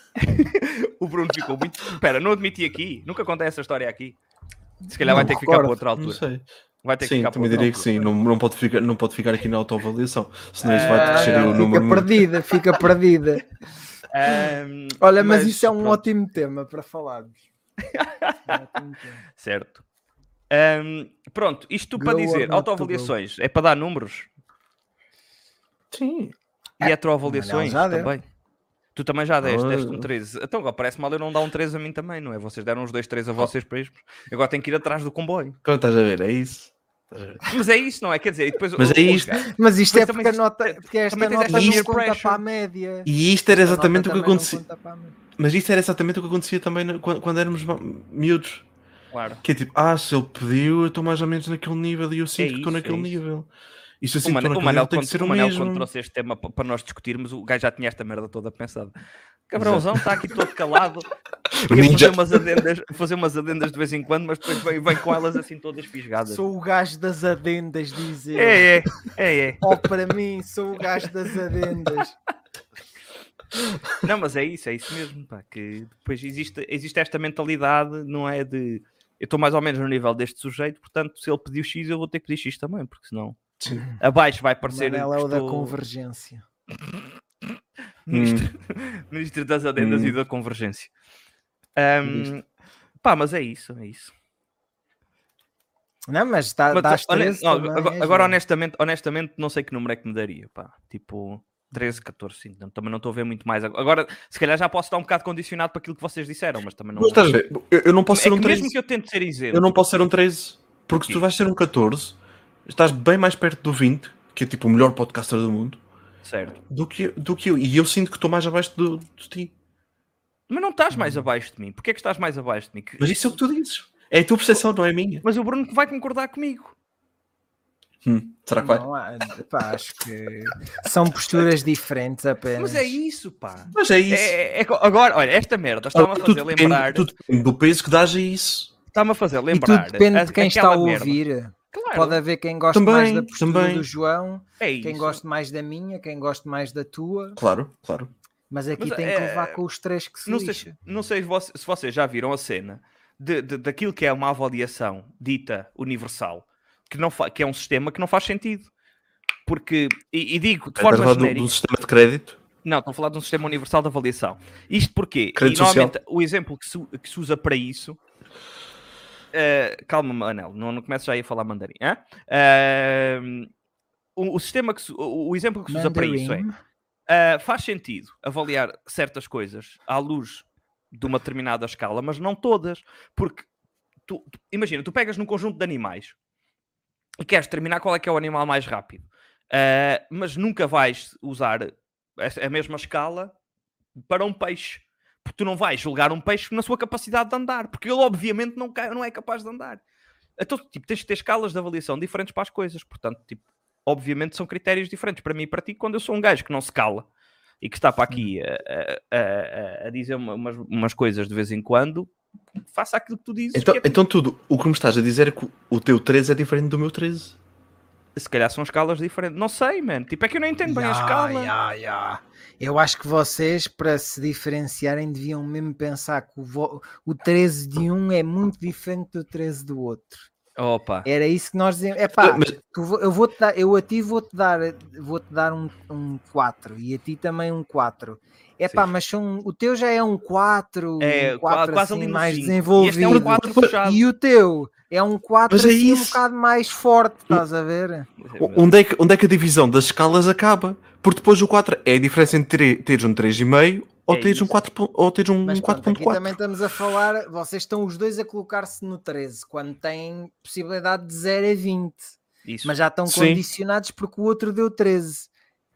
Speaker 5: o Bruno ficou muito. Espera, não admiti aqui. Nunca contei essa história aqui. Se calhar vai ter que ficar para
Speaker 2: recordo,
Speaker 5: outra
Speaker 4: Não
Speaker 5: altura.
Speaker 4: sei.
Speaker 5: Vai ter que
Speaker 4: Sim,
Speaker 5: ficar para
Speaker 4: também
Speaker 5: outra
Speaker 4: diria
Speaker 5: altura.
Speaker 4: que sim. Não, não, pode ficar, não pode ficar aqui na autoavaliação, senão isso vai
Speaker 5: Ah,
Speaker 4: crescer
Speaker 5: Seria
Speaker 4: o número. um.
Speaker 2: fica
Speaker 4: muito.
Speaker 2: perdida, fica perdida.
Speaker 5: Ahm,
Speaker 2: Olha, mas, isso é um
Speaker 5: pronto.
Speaker 2: ótimo tema para falarmos. É um ótimo tema.
Speaker 5: Certo. Ahm, pronto, isto
Speaker 2: Go
Speaker 5: para
Speaker 2: or not to
Speaker 5: dizer,
Speaker 2: go.
Speaker 5: autoavaliações é para dar números
Speaker 4: Sim.
Speaker 5: e heteroavaliações
Speaker 4: é.
Speaker 2: já deu.
Speaker 5: também. Tu também já deste,
Speaker 4: Ah,
Speaker 5: deste um
Speaker 4: eu-
Speaker 5: 13. Então agora parece mal eu não dar um 13 a mim também, não é? Vocês deram os dois
Speaker 4: Oh.
Speaker 5: 13 a vocês mesmos. Agora tenho que ir atrás do comboio.
Speaker 4: Então estás a ver, é isso. Estás a ver.
Speaker 5: Mas é isso, não é? Quer dizer, e depois
Speaker 4: Mas
Speaker 5: o- o-
Speaker 4: é isto.
Speaker 2: Mas isto
Speaker 5: Mas
Speaker 2: é
Speaker 5: também
Speaker 2: porque, a
Speaker 5: tens-
Speaker 2: nota, porque esta
Speaker 5: também tens
Speaker 2: nota
Speaker 5: esta
Speaker 2: não
Speaker 5: peer
Speaker 2: conta
Speaker 5: pressure.
Speaker 2: para a média.
Speaker 4: E isto era
Speaker 2: Esta nota
Speaker 4: exatamente o que
Speaker 2: também não
Speaker 4: acontecia.
Speaker 2: conta para a média.
Speaker 4: Mas isto era exatamente o que acontecia também na- quando, quando éramos ma- miúdos.
Speaker 5: Claro.
Speaker 4: Que é tipo, ah, se ele pediu, eu estou mais ou menos naquele nível e eu sinto que
Speaker 5: isso,
Speaker 4: estou
Speaker 5: é
Speaker 4: naquele
Speaker 5: isso.
Speaker 4: nível. E se eu
Speaker 5: O
Speaker 4: sinto que
Speaker 5: Manel,
Speaker 4: estou
Speaker 5: o
Speaker 4: naquele
Speaker 5: Manel
Speaker 4: nível, então, tem que
Speaker 5: quando,
Speaker 4: ser
Speaker 5: o
Speaker 4: o
Speaker 5: Manel quando
Speaker 4: mesmo.
Speaker 5: trouxe este tema pa- para nós discutirmos, o gajo já tinha esta merda toda pensada. Cabrãozão está aqui todo calado, quer fazer
Speaker 4: Ninja.
Speaker 5: umas, adendas, fazer umas adendas de vez em quando, mas depois vem, vem com elas assim todas fisgadas.
Speaker 2: Sou o gajo das adendas, diz eu.
Speaker 5: É, é, é, é.
Speaker 2: Oh, para mim, sou o gajo das adendas.
Speaker 5: Não, mas é isso, é isso mesmo, pá, que depois existe, existe esta mentalidade, não é de eu estou mais ou menos no nível deste sujeito, portanto, se ele pediu X, eu vou ter que pedir X também, porque senão
Speaker 4: Sim.
Speaker 5: abaixo vai
Speaker 2: O
Speaker 5: parecer
Speaker 2: Manel é o da
Speaker 5: estou
Speaker 2: convergência.
Speaker 5: ministro, ministro das adendas
Speaker 4: Hum.
Speaker 5: e da convergência. Ahm, pá, mas é isso, é isso.
Speaker 2: Não, mas dá,
Speaker 5: Mas,
Speaker 2: dás
Speaker 5: hone-
Speaker 2: 13
Speaker 5: não,
Speaker 2: também, é
Speaker 5: agora,
Speaker 2: és
Speaker 5: agora
Speaker 2: bom.
Speaker 5: honestamente, honestamente, não sei que número é que me daria, pá. Tipo, 13, 14, sim. Não- Também não estou a ver muito mais. Agora- Agora, se calhar já posso estar um bocado condicionado para aquilo que vocês disseram, mas também não.
Speaker 4: Mas estás a ver, eu, eu não
Speaker 5: é
Speaker 4: posso ser
Speaker 5: que
Speaker 4: um
Speaker 5: mesmo
Speaker 4: 13.
Speaker 5: que eu tente ser isento,
Speaker 4: Eu não posso ser um 13. Porque se tu
Speaker 5: Porquê?
Speaker 4: vais ser um 14, estás bem mais perto do 20, que é tipo o melhor podcaster do mundo,
Speaker 5: certo.
Speaker 4: do que, do que eu. E eu sinto que estou mais abaixo do, de ti.
Speaker 5: Mas não estás
Speaker 2: Uhum.
Speaker 5: mais abaixo de mim. Porquê é que estás mais abaixo de mim? Que-
Speaker 4: Mas isso é o que tu dizes. É a tua percepção, não é a minha.
Speaker 5: Mas o Bruno que vai concordar comigo.
Speaker 4: Hum, será que vai?
Speaker 2: Não, ah, pá, acho que são posturas diferentes apenas.
Speaker 5: Mas é isso, pá.
Speaker 4: Mas é
Speaker 5: É-
Speaker 4: isso.
Speaker 5: é- é co- agora, olha, esta merda está-me a
Speaker 4: Tudo
Speaker 5: fazer
Speaker 4: depende-
Speaker 5: lembrar.
Speaker 4: tudo depende do peso que dás a isso.
Speaker 5: Está-me a fazer
Speaker 2: E tudo
Speaker 5: lembrar.
Speaker 2: depende
Speaker 5: a-
Speaker 2: de quem está a
Speaker 5: aquela merda.
Speaker 2: ouvir.
Speaker 5: Claro,
Speaker 2: Pode haver quem goste
Speaker 4: Também,
Speaker 2: mais da postura
Speaker 4: também.
Speaker 2: do João,
Speaker 5: é
Speaker 2: quem
Speaker 5: isso.
Speaker 2: goste mais da minha, quem goste mais da tua,
Speaker 4: Claro, claro.
Speaker 2: mas aqui
Speaker 5: Mas
Speaker 2: tem
Speaker 5: é-
Speaker 2: que levar com os três que se
Speaker 5: não sei,
Speaker 2: lixa.
Speaker 5: se- não sei se voce- se vocês já viram a cena de- de- daquilo que é uma avaliação dita universal, que, não fa- que é um sistema que não faz sentido. Porque, e, e
Speaker 2: É
Speaker 5: digo de
Speaker 4: Estás a
Speaker 5: forma
Speaker 4: falar do,
Speaker 5: genérica,
Speaker 4: do sistema de crédito?
Speaker 5: não, estou a falar de um sistema universal de avaliação. Isto porquê?
Speaker 4: Crédito
Speaker 5: e normalmente o exemplo que se, que se usa para isso. eh, calma, Manel, não, não começo já aí a falar mandarim. hã? Ahm, o, o sistema que se- o, o exemplo que se usa para isso é
Speaker 2: Mandarim.
Speaker 5: ah, faz sentido avaliar certas coisas à luz de uma determinada escala, mas não todas, porque tu, tu- imagina, tu pegas num conjunto de animais e queres determinar qual é que é o animal mais rápido, ah, mas nunca vais usar essa- a mesma escala para um peixe, porque tu não vais julgar um peixe na sua capacidade de andar, porque ele obviamente não, ca- não é capaz de andar. Então, tipo, tens de ter escalas de avaliação diferentes para as coisas, portanto, tipo, obviamente são critérios diferentes para mim e para ti quando eu sou um gajo que não se cala e que está para aqui a, a- a- a- a dizer uma- umas, umas coisas de vez em quando, faça aquilo que tu dizes.
Speaker 4: Então,
Speaker 5: que é-
Speaker 4: então tudo, o que me estás a dizer é que o- o teu 13 é diferente do meu 13.
Speaker 5: Se calhar são escalas diferentes. Não sei, mano. Tipo, é que eu não entendo bem a
Speaker 2: Ya,
Speaker 5: escala.
Speaker 2: ya, ya. Eu acho que vocês, para se diferenciarem, deviam mesmo pensar que o, vo- o 13 de um é muito diferente do 13 do outro.
Speaker 5: Opa.
Speaker 2: Era isso que nós dizemos. Epá,
Speaker 4: Mas-
Speaker 5: é
Speaker 2: tu vo- eu, vou -te dar, eu a ti vou-te dar, vou-te dar um, um 4 e a ti também um 4. Epá, mas são, o teu já é um 4,
Speaker 5: É,
Speaker 2: um 4
Speaker 5: quase
Speaker 2: assim,
Speaker 5: ali no
Speaker 2: mais
Speaker 5: cinco. E
Speaker 2: desenvolvido.
Speaker 5: este é um 4 fechado.
Speaker 2: E o teu é um 4
Speaker 4: Mas é
Speaker 2: assim, um
Speaker 4: isso. Hum,
Speaker 2: bocado mais forte, estás a ver?
Speaker 4: O- Onde é, que, onde é que a divisão das escalas acaba? Porque depois o 4 é a diferença entre ter- teres um 3,5 ou
Speaker 5: É
Speaker 4: teres um
Speaker 5: isso.
Speaker 4: 4 pon- ou teres um
Speaker 2: Mas pronto, aqui
Speaker 4: 4.4.
Speaker 2: também estamos a falar, vocês estão os dois a colocar-se no 13, quando têm possibilidade de 0 a 20,
Speaker 5: Isso.
Speaker 2: mas já estão
Speaker 4: Sim.
Speaker 2: condicionados porque o outro deu 13,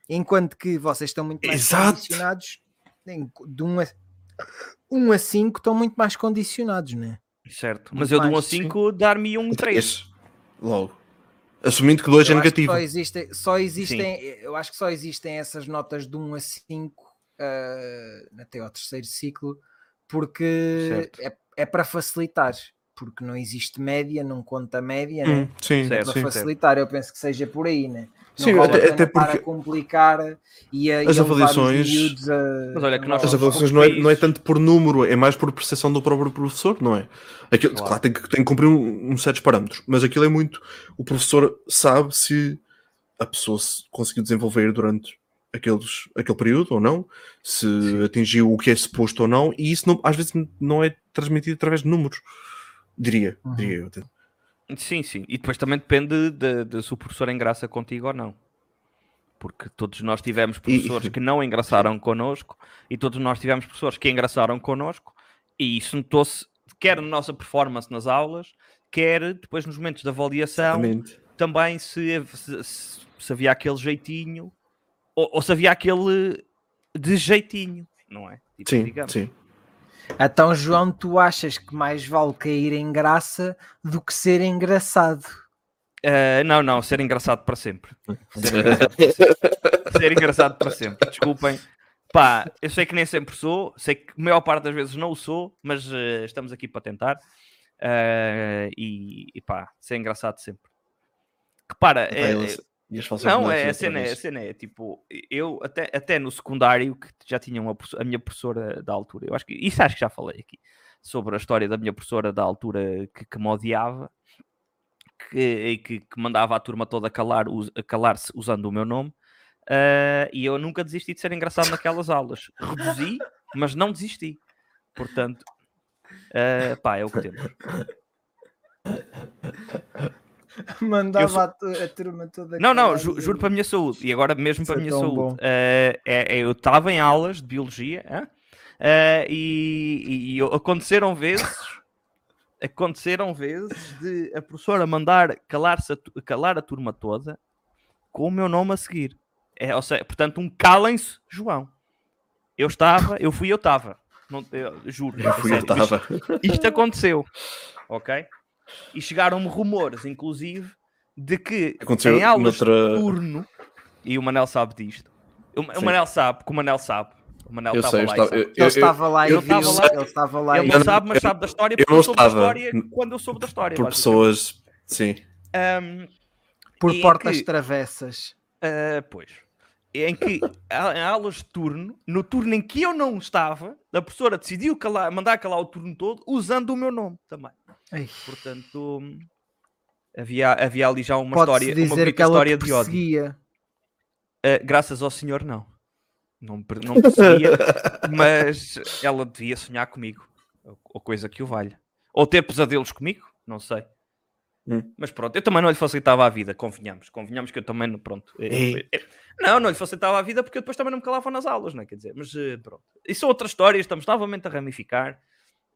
Speaker 2: enquanto que vocês estão muito mais
Speaker 4: Exato.
Speaker 2: condicionados em- de 1 a, 1 a 5 estão muito mais condicionados, né?
Speaker 5: Certo.
Speaker 2: Muito
Speaker 5: Mas eu de 1 a
Speaker 2: mais,
Speaker 5: 5 dar-me um 3.
Speaker 4: Esse, Logo. Assumindo que 2 é
Speaker 2: Eu acho que
Speaker 4: negativo.
Speaker 2: Só existem, só existem eu acho que só existem essas notas de 1 a 5 eh, até ao terceiro ciclo, porque
Speaker 5: Certo.
Speaker 2: é, é para facilitar, porque não existe média, não conta média, né?
Speaker 4: Hum, sim,
Speaker 5: Certo.
Speaker 2: para
Speaker 4: sim.
Speaker 2: facilitar, eu penso que seja por aí, né? Não
Speaker 4: Sim,
Speaker 2: vale
Speaker 4: até-
Speaker 2: a pena
Speaker 4: até
Speaker 2: estar
Speaker 4: porque-
Speaker 2: a complicar e a, e
Speaker 4: As
Speaker 2: a levar os
Speaker 4: avaliações-
Speaker 2: miúdos a-
Speaker 5: Mas olha que nós
Speaker 4: As
Speaker 5: somos
Speaker 4: avaliações não é, não é
Speaker 5: países-
Speaker 4: tanto por número, é mais por percepção do próprio professor, não é? Aquilo,
Speaker 5: Claro.
Speaker 4: claro, tem, que, tem que cumprir um, um certos parâmetros, mas aquilo é muito. O professor sabe se a pessoa se conseguiu desenvolver durante aqueles, aquele período ou não, se atingiu o que é suposto ou não, e isso não- às vezes não é transmitido através de números, diria,
Speaker 2: Uhum.
Speaker 4: diria eu. até.
Speaker 5: Sim, sim. E depois também depende de, de se o professor engraça contigo ou não. Porque todos nós tivemos professores que não engraçaram connosco e todos nós tivemos professores que engraçaram connosco e isso notou-se quer na nossa performance nas aulas, quer depois nos momentos de avaliação,
Speaker 4: Exatamente.
Speaker 5: também se, se- se- se havia aquele jeitinho ou, ou se havia aquele desjeitinho, não é? Tipo,
Speaker 4: Sim,
Speaker 5: digamos.
Speaker 4: sim.
Speaker 2: Então, João, tu achas que mais vale cair em graça do que ser engraçado?
Speaker 5: Ah, não, não, ser engraçado para sempre. ser engraçado para sempre. Desculpem. Pá, eu sei que nem sempre sou, sei que a maior parte das vezes não o sou, mas eh, estamos aqui para tentar. Eh, e, e pá, ser engraçado sempre. Repara,
Speaker 4: Epá,
Speaker 5: é,
Speaker 4: eles- e as falsas
Speaker 5: não,
Speaker 4: verdades
Speaker 5: é, a
Speaker 4: outra
Speaker 5: cena, é, a
Speaker 4: vez.
Speaker 5: cena é tipo, eu até, até no secundário que já tinha uma, professora- a minha professora da altura, eu acho que isso acho que já falei aqui sobre a história da minha professora da altura que, que me odiava que, e que, que mandava a turma toda calar, us- a calar-se usando o meu nome. ah, e eu nunca desisti de ser engraçado naquelas aulas. Reduzi, mas não desisti. Portanto, ah, pá, é o que temos.
Speaker 2: Mandava
Speaker 5: Eu sou-
Speaker 2: a, tu- a turma toda.
Speaker 5: Não, não,
Speaker 2: calar
Speaker 5: ju-
Speaker 2: e
Speaker 5: juro para a minha saúde. E agora mesmo
Speaker 2: Isso
Speaker 5: para
Speaker 2: é
Speaker 5: a minha
Speaker 2: tão
Speaker 5: saúde.
Speaker 2: bom.
Speaker 5: Eh, é- é, eu estava em aulas de biologia hã? Eh, e, e- e eu- aconteceram vezes. aconteceram vezes de a professora mandar calar-se a tu- calar a turma toda com o meu nome a seguir. É, ou seja, portanto, um calem-se, João. Eu estava, eu fui, eu estava. Não- eu juro.
Speaker 4: Eu
Speaker 5: a
Speaker 4: fui, eu
Speaker 5: sério, isto-
Speaker 4: estava.
Speaker 5: isto aconteceu, ok? E chegaram-me rumores, inclusive, de que
Speaker 4: Aconteceu
Speaker 5: em aulas
Speaker 4: noutra-
Speaker 5: de turno, e o Manel sabe disto, o, o
Speaker 4: Sim.
Speaker 5: Manel sabe, que o Manel sabe, o Manel
Speaker 4: Eu
Speaker 5: estava
Speaker 4: sei, eu
Speaker 5: lá e
Speaker 4: estava.
Speaker 5: sabe.
Speaker 4: eu-
Speaker 2: Ele
Speaker 4: eu- eu-
Speaker 2: estava lá e
Speaker 5: eu
Speaker 2: viu,
Speaker 5: estava lá-
Speaker 2: ele estava lá
Speaker 5: Ele
Speaker 2: e
Speaker 5: não
Speaker 2: viu.
Speaker 5: sabe, mas
Speaker 4: eu-
Speaker 5: sabe da história,
Speaker 4: eu
Speaker 5: porque eu
Speaker 4: não
Speaker 5: soube da
Speaker 4: estava
Speaker 5: história quando eu soube da história.
Speaker 4: por
Speaker 5: basicamente.
Speaker 4: pessoas. Sim.
Speaker 5: Ahm,
Speaker 2: por
Speaker 5: e
Speaker 2: portas
Speaker 5: que-
Speaker 2: travessas.
Speaker 5: ah, pois. em que a- em aulas de turno, no turno em que eu não estava, a professora decidiu calar- mandar calar o turno todo usando o meu nome também.
Speaker 2: Ei.
Speaker 5: Portanto, hum, havia, havia ali já uma
Speaker 2: Pode-se
Speaker 5: história, uma
Speaker 2: dizer
Speaker 5: bonita
Speaker 2: que ela
Speaker 5: história
Speaker 2: te
Speaker 5: de ódio.
Speaker 2: perseguia.
Speaker 5: Ah, graças ao senhor, não. Não, me per- não me perseguia, mas ela devia sonhar comigo, ou- ou coisa que o valha. Ou ter pesadelos comigo, não sei.
Speaker 4: Hum.
Speaker 5: Mas pronto, eu também não lhe facilitava a vida, convenhamos. Convenhamos que eu também não, pronto. eu-
Speaker 4: Ei.
Speaker 5: eu- Não, não lhe facilitava a vida porque eu depois também não me calava nas aulas, não é? Quer dizer, mas eh, pronto. Isso são outras histórias, estamos novamente a ramificar.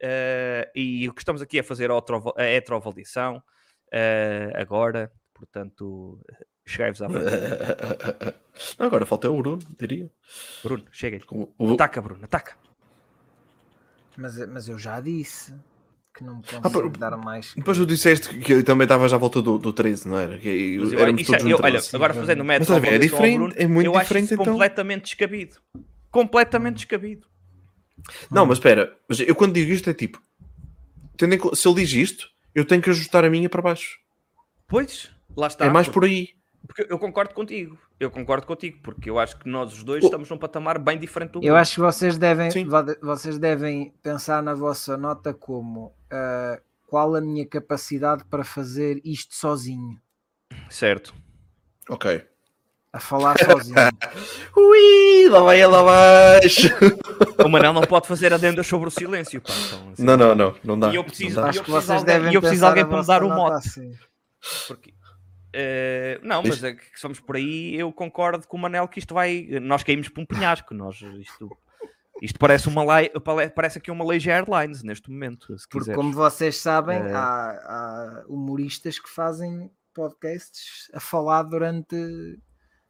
Speaker 5: eh, e o que estamos aqui a fazer é a autova- a heteroavaliação eh, agora, portanto, eh, chegai-vos à frente.
Speaker 4: Não, Agora falta o Bruno, diria.
Speaker 5: Bruno, chega-lhe.
Speaker 4: Com o-
Speaker 5: Ataca, Bruno, ataca.
Speaker 2: Mas, mas eu já disse que não me
Speaker 4: pá,
Speaker 2: consigo
Speaker 4: eu-
Speaker 2: dar mais.
Speaker 4: Depois tu disseste que eu também estavas à volta do, do 13, não era? Que
Speaker 5: Mas eu-
Speaker 4: éramos
Speaker 5: isto é-
Speaker 4: todos no
Speaker 5: eu- olha,
Speaker 4: 13.
Speaker 5: agora fazendo o
Speaker 4: Mas
Speaker 5: método.
Speaker 4: estás a ver, é
Speaker 5: avaliação ao
Speaker 4: diferente,
Speaker 5: Bruno,
Speaker 4: é muito
Speaker 5: eu acho
Speaker 4: diferente
Speaker 5: isso
Speaker 4: então.
Speaker 5: completamente descabido. Completamente descabido.
Speaker 4: Não, mas espera, mas eu quando digo isto é tipo, tendo em co- se ele diz isto, eu tenho que ajustar a minha para baixo.
Speaker 5: Pois, lá está.
Speaker 4: é mais
Speaker 5: porque-
Speaker 4: por aí.
Speaker 5: porque eu concordo contigo. Eu concordo contigo, porque eu acho que nós os dois
Speaker 4: Oh.
Speaker 5: estamos num patamar bem diferente do
Speaker 2: Eu
Speaker 5: Bruno.
Speaker 2: acho que vocês devem,
Speaker 4: Sim.
Speaker 2: vo- vocês devem pensar na vossa nota como ah, qual a minha capacidade para fazer isto sozinho,
Speaker 5: Certo.
Speaker 4: Ok.
Speaker 2: a falar sozinho.
Speaker 4: Ui, lá vai ela abaixo.
Speaker 5: O Manel não pode fazer adendas sobre o silêncio. pá, então, assim,
Speaker 4: Não, não, não, não dá.
Speaker 5: E eu preciso-
Speaker 4: não dá.
Speaker 5: e
Speaker 2: Acho que
Speaker 5: preciso
Speaker 2: vocês
Speaker 5: alguém-
Speaker 2: devem
Speaker 5: e eu preciso
Speaker 2: pensar
Speaker 5: alguém
Speaker 2: a
Speaker 5: para me
Speaker 2: vossa
Speaker 5: dar o
Speaker 2: nota
Speaker 5: mote.
Speaker 2: assim.
Speaker 5: porque- Eh, não, mas
Speaker 4: Isto-
Speaker 5: é que se vamos por aí, eu concordo com o Manel que isto vai. Nós caímos para um penhasco. Nós, isto, isto parece, uma lei, parece aqui uma Legia Airlines neste momento. Se
Speaker 2: Porque,
Speaker 5: quiseres.
Speaker 2: como vocês sabem,
Speaker 5: É.
Speaker 2: há, há humoristas que fazem podcasts a falar durante meia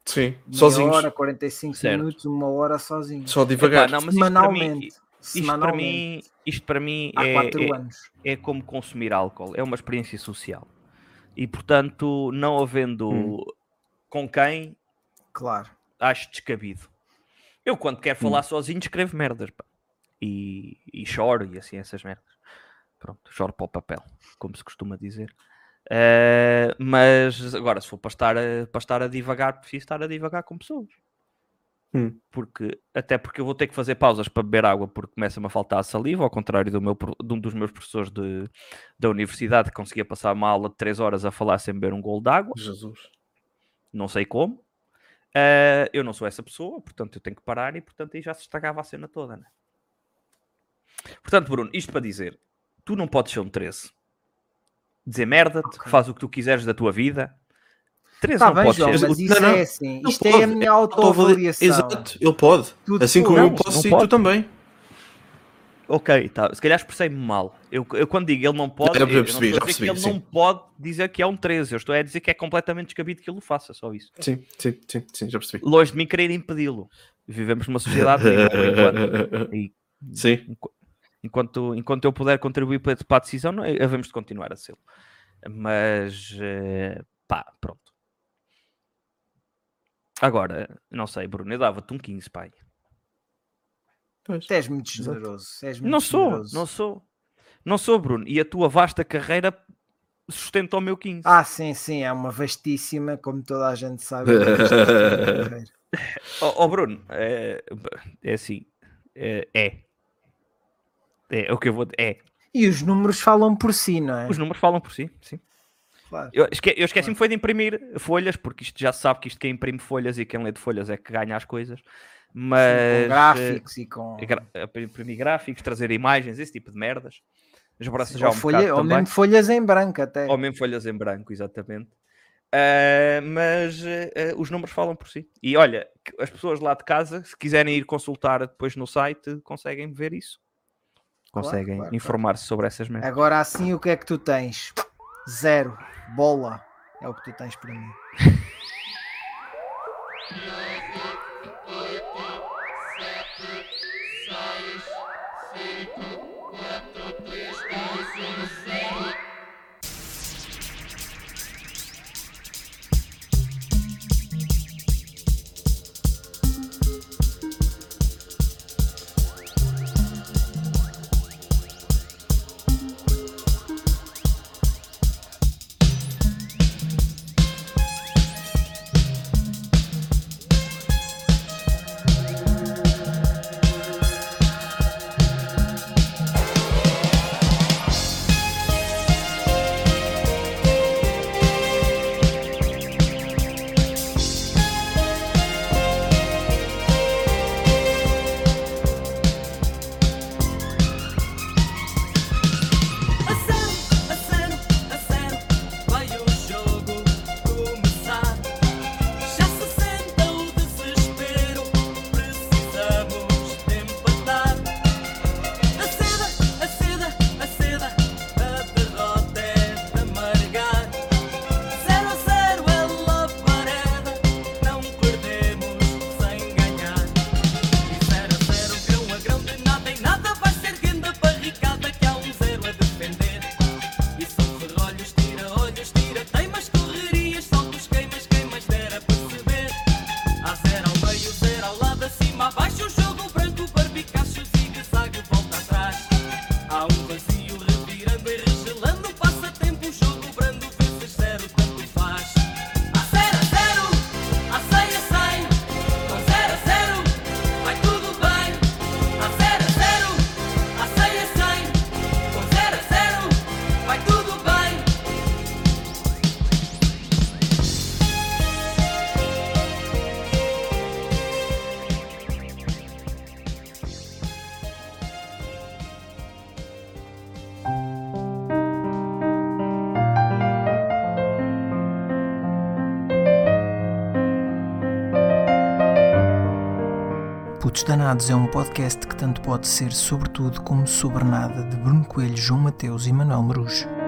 Speaker 4: Sim, sozinhos.
Speaker 2: hora, 45
Speaker 5: Certo.
Speaker 2: minutos, uma hora sozinho.
Speaker 4: Só devagar.
Speaker 5: Epá, não, mas isto para mim,
Speaker 2: semanalmente.
Speaker 5: isto para
Speaker 2: semanalmente.
Speaker 5: mim, isto para mim
Speaker 2: Há quatro
Speaker 5: é, é-
Speaker 2: anos.
Speaker 5: é como consumir álcool, é uma experiência social. E portanto, não havendo
Speaker 4: Hum.
Speaker 5: com quem,
Speaker 2: Claro.
Speaker 5: acho descabido. Eu, quando quero falar sozinho, escrevo merdas pá. E, e choro e assim, essas merdas. Pronto, choro para o papel, como se costuma dizer. Eh, mas agora, se for para estar, a, para estar a divagar, preciso estar a divagar com pessoas.
Speaker 4: Hum.
Speaker 5: Porque, até porque eu vou ter que fazer pausas para beber água porque começa-me a faltar a saliva, ao contrário do meu, pro- de um dos meus professores de, da universidade que conseguia passar uma aula de 3 horas a falar sem beber um golo de água
Speaker 4: Jesus.
Speaker 5: não sei como. Ah, eu não sou essa pessoa, portanto eu tenho que parar e portanto aí já se estragava a cena toda, né? Portanto, Bruno, isto para dizer, tu não podes ser um 13. Dizer merda-te,
Speaker 2: Ok.
Speaker 5: faz o que tu quiseres da tua vida. 13
Speaker 2: Está
Speaker 5: não
Speaker 2: Tá bem,
Speaker 5: pode
Speaker 2: João,
Speaker 5: ser.
Speaker 2: mas
Speaker 4: Não,
Speaker 2: isso
Speaker 4: não.
Speaker 2: é assim.
Speaker 4: Ele
Speaker 2: Isto
Speaker 4: pode.
Speaker 2: é a minha
Speaker 4: Autoavalia-
Speaker 2: autoavaliação.
Speaker 4: Exato, ele pode.
Speaker 2: Tudo
Speaker 4: assim como
Speaker 2: tu.
Speaker 4: eu
Speaker 5: Não,
Speaker 4: posso
Speaker 5: não
Speaker 4: ser,
Speaker 5: pode.
Speaker 4: tu também.
Speaker 5: Ok, tá. se calhar expressei-me mal. Eu, eu quando digo ele não pode,
Speaker 4: já percebi,
Speaker 5: eu não estou a
Speaker 4: já
Speaker 5: dizer
Speaker 4: percebi,
Speaker 5: que ele
Speaker 4: sim.
Speaker 5: não pode dizer que é um 13. Eu estou a dizer que é completamente descabido que ele o faça, só isso.
Speaker 4: Sim, sim, sim, sim, já percebi.
Speaker 5: Longe de mim querer impedi-lo. Vivemos numa sociedade livre, por enquanto. E-
Speaker 4: Sim.
Speaker 5: Enqu- enquanto, enquanto eu puder contribuir para, para a decisão, não, eh, havemos de continuar a ser. Mas eh, pá, pronto. Agora, não sei, Bruno, eu dava-te um 15, pai.
Speaker 4: Pois.
Speaker 2: Tu és muito
Speaker 4: Exato.
Speaker 2: generoso. és muito
Speaker 5: Não sou,
Speaker 2: generoso.
Speaker 5: não sou. Não sou, Bruno. E a tua vasta carreira sustenta o meu 15.
Speaker 2: Ah, sim, sim, é uma vastíssima, como toda a gente sabe. é uma vastíssima carreira.
Speaker 5: Ó ó, Oh, Bruno, eh, é, assim. eh, É, é. o que eu vou. É.
Speaker 2: e os números falam por si, não é?
Speaker 5: Os números falam por si, sim.
Speaker 2: Claro.
Speaker 5: Eu, esque eu esqueci-me foi de imprimir folhas, porque isto já se sabe que isto quem imprime folhas e quem lê de folhas é que ganha as coisas. Mas
Speaker 2: com gráficos e com,
Speaker 5: eh, gra- eh, para imprimir gráficos, trazer imagens, esse tipo de merdas. Esbraço já
Speaker 2: ou,
Speaker 5: um
Speaker 2: folha,
Speaker 5: bocado
Speaker 2: ou
Speaker 5: também.
Speaker 2: mesmo folhas em branco até.
Speaker 5: Ou mesmo folhas em branco, exatamente. Ah, mas eh, eh, os números falam por si. E olha, que as pessoas lá de casa, se quiserem ir consultar depois no site, conseguem ver isso.
Speaker 2: Claro,
Speaker 5: Conseguem
Speaker 2: claro, claro.
Speaker 5: informar-se sobre essas merdas.
Speaker 2: Agora assim, o que é que tu tens? Zero. Bola. É o que tu tens para mim. Putos Danados é um podcast que tanto pode ser sobre tudo como sobre nada de Bruno Coelho, João Mateus e Manuel Marujo.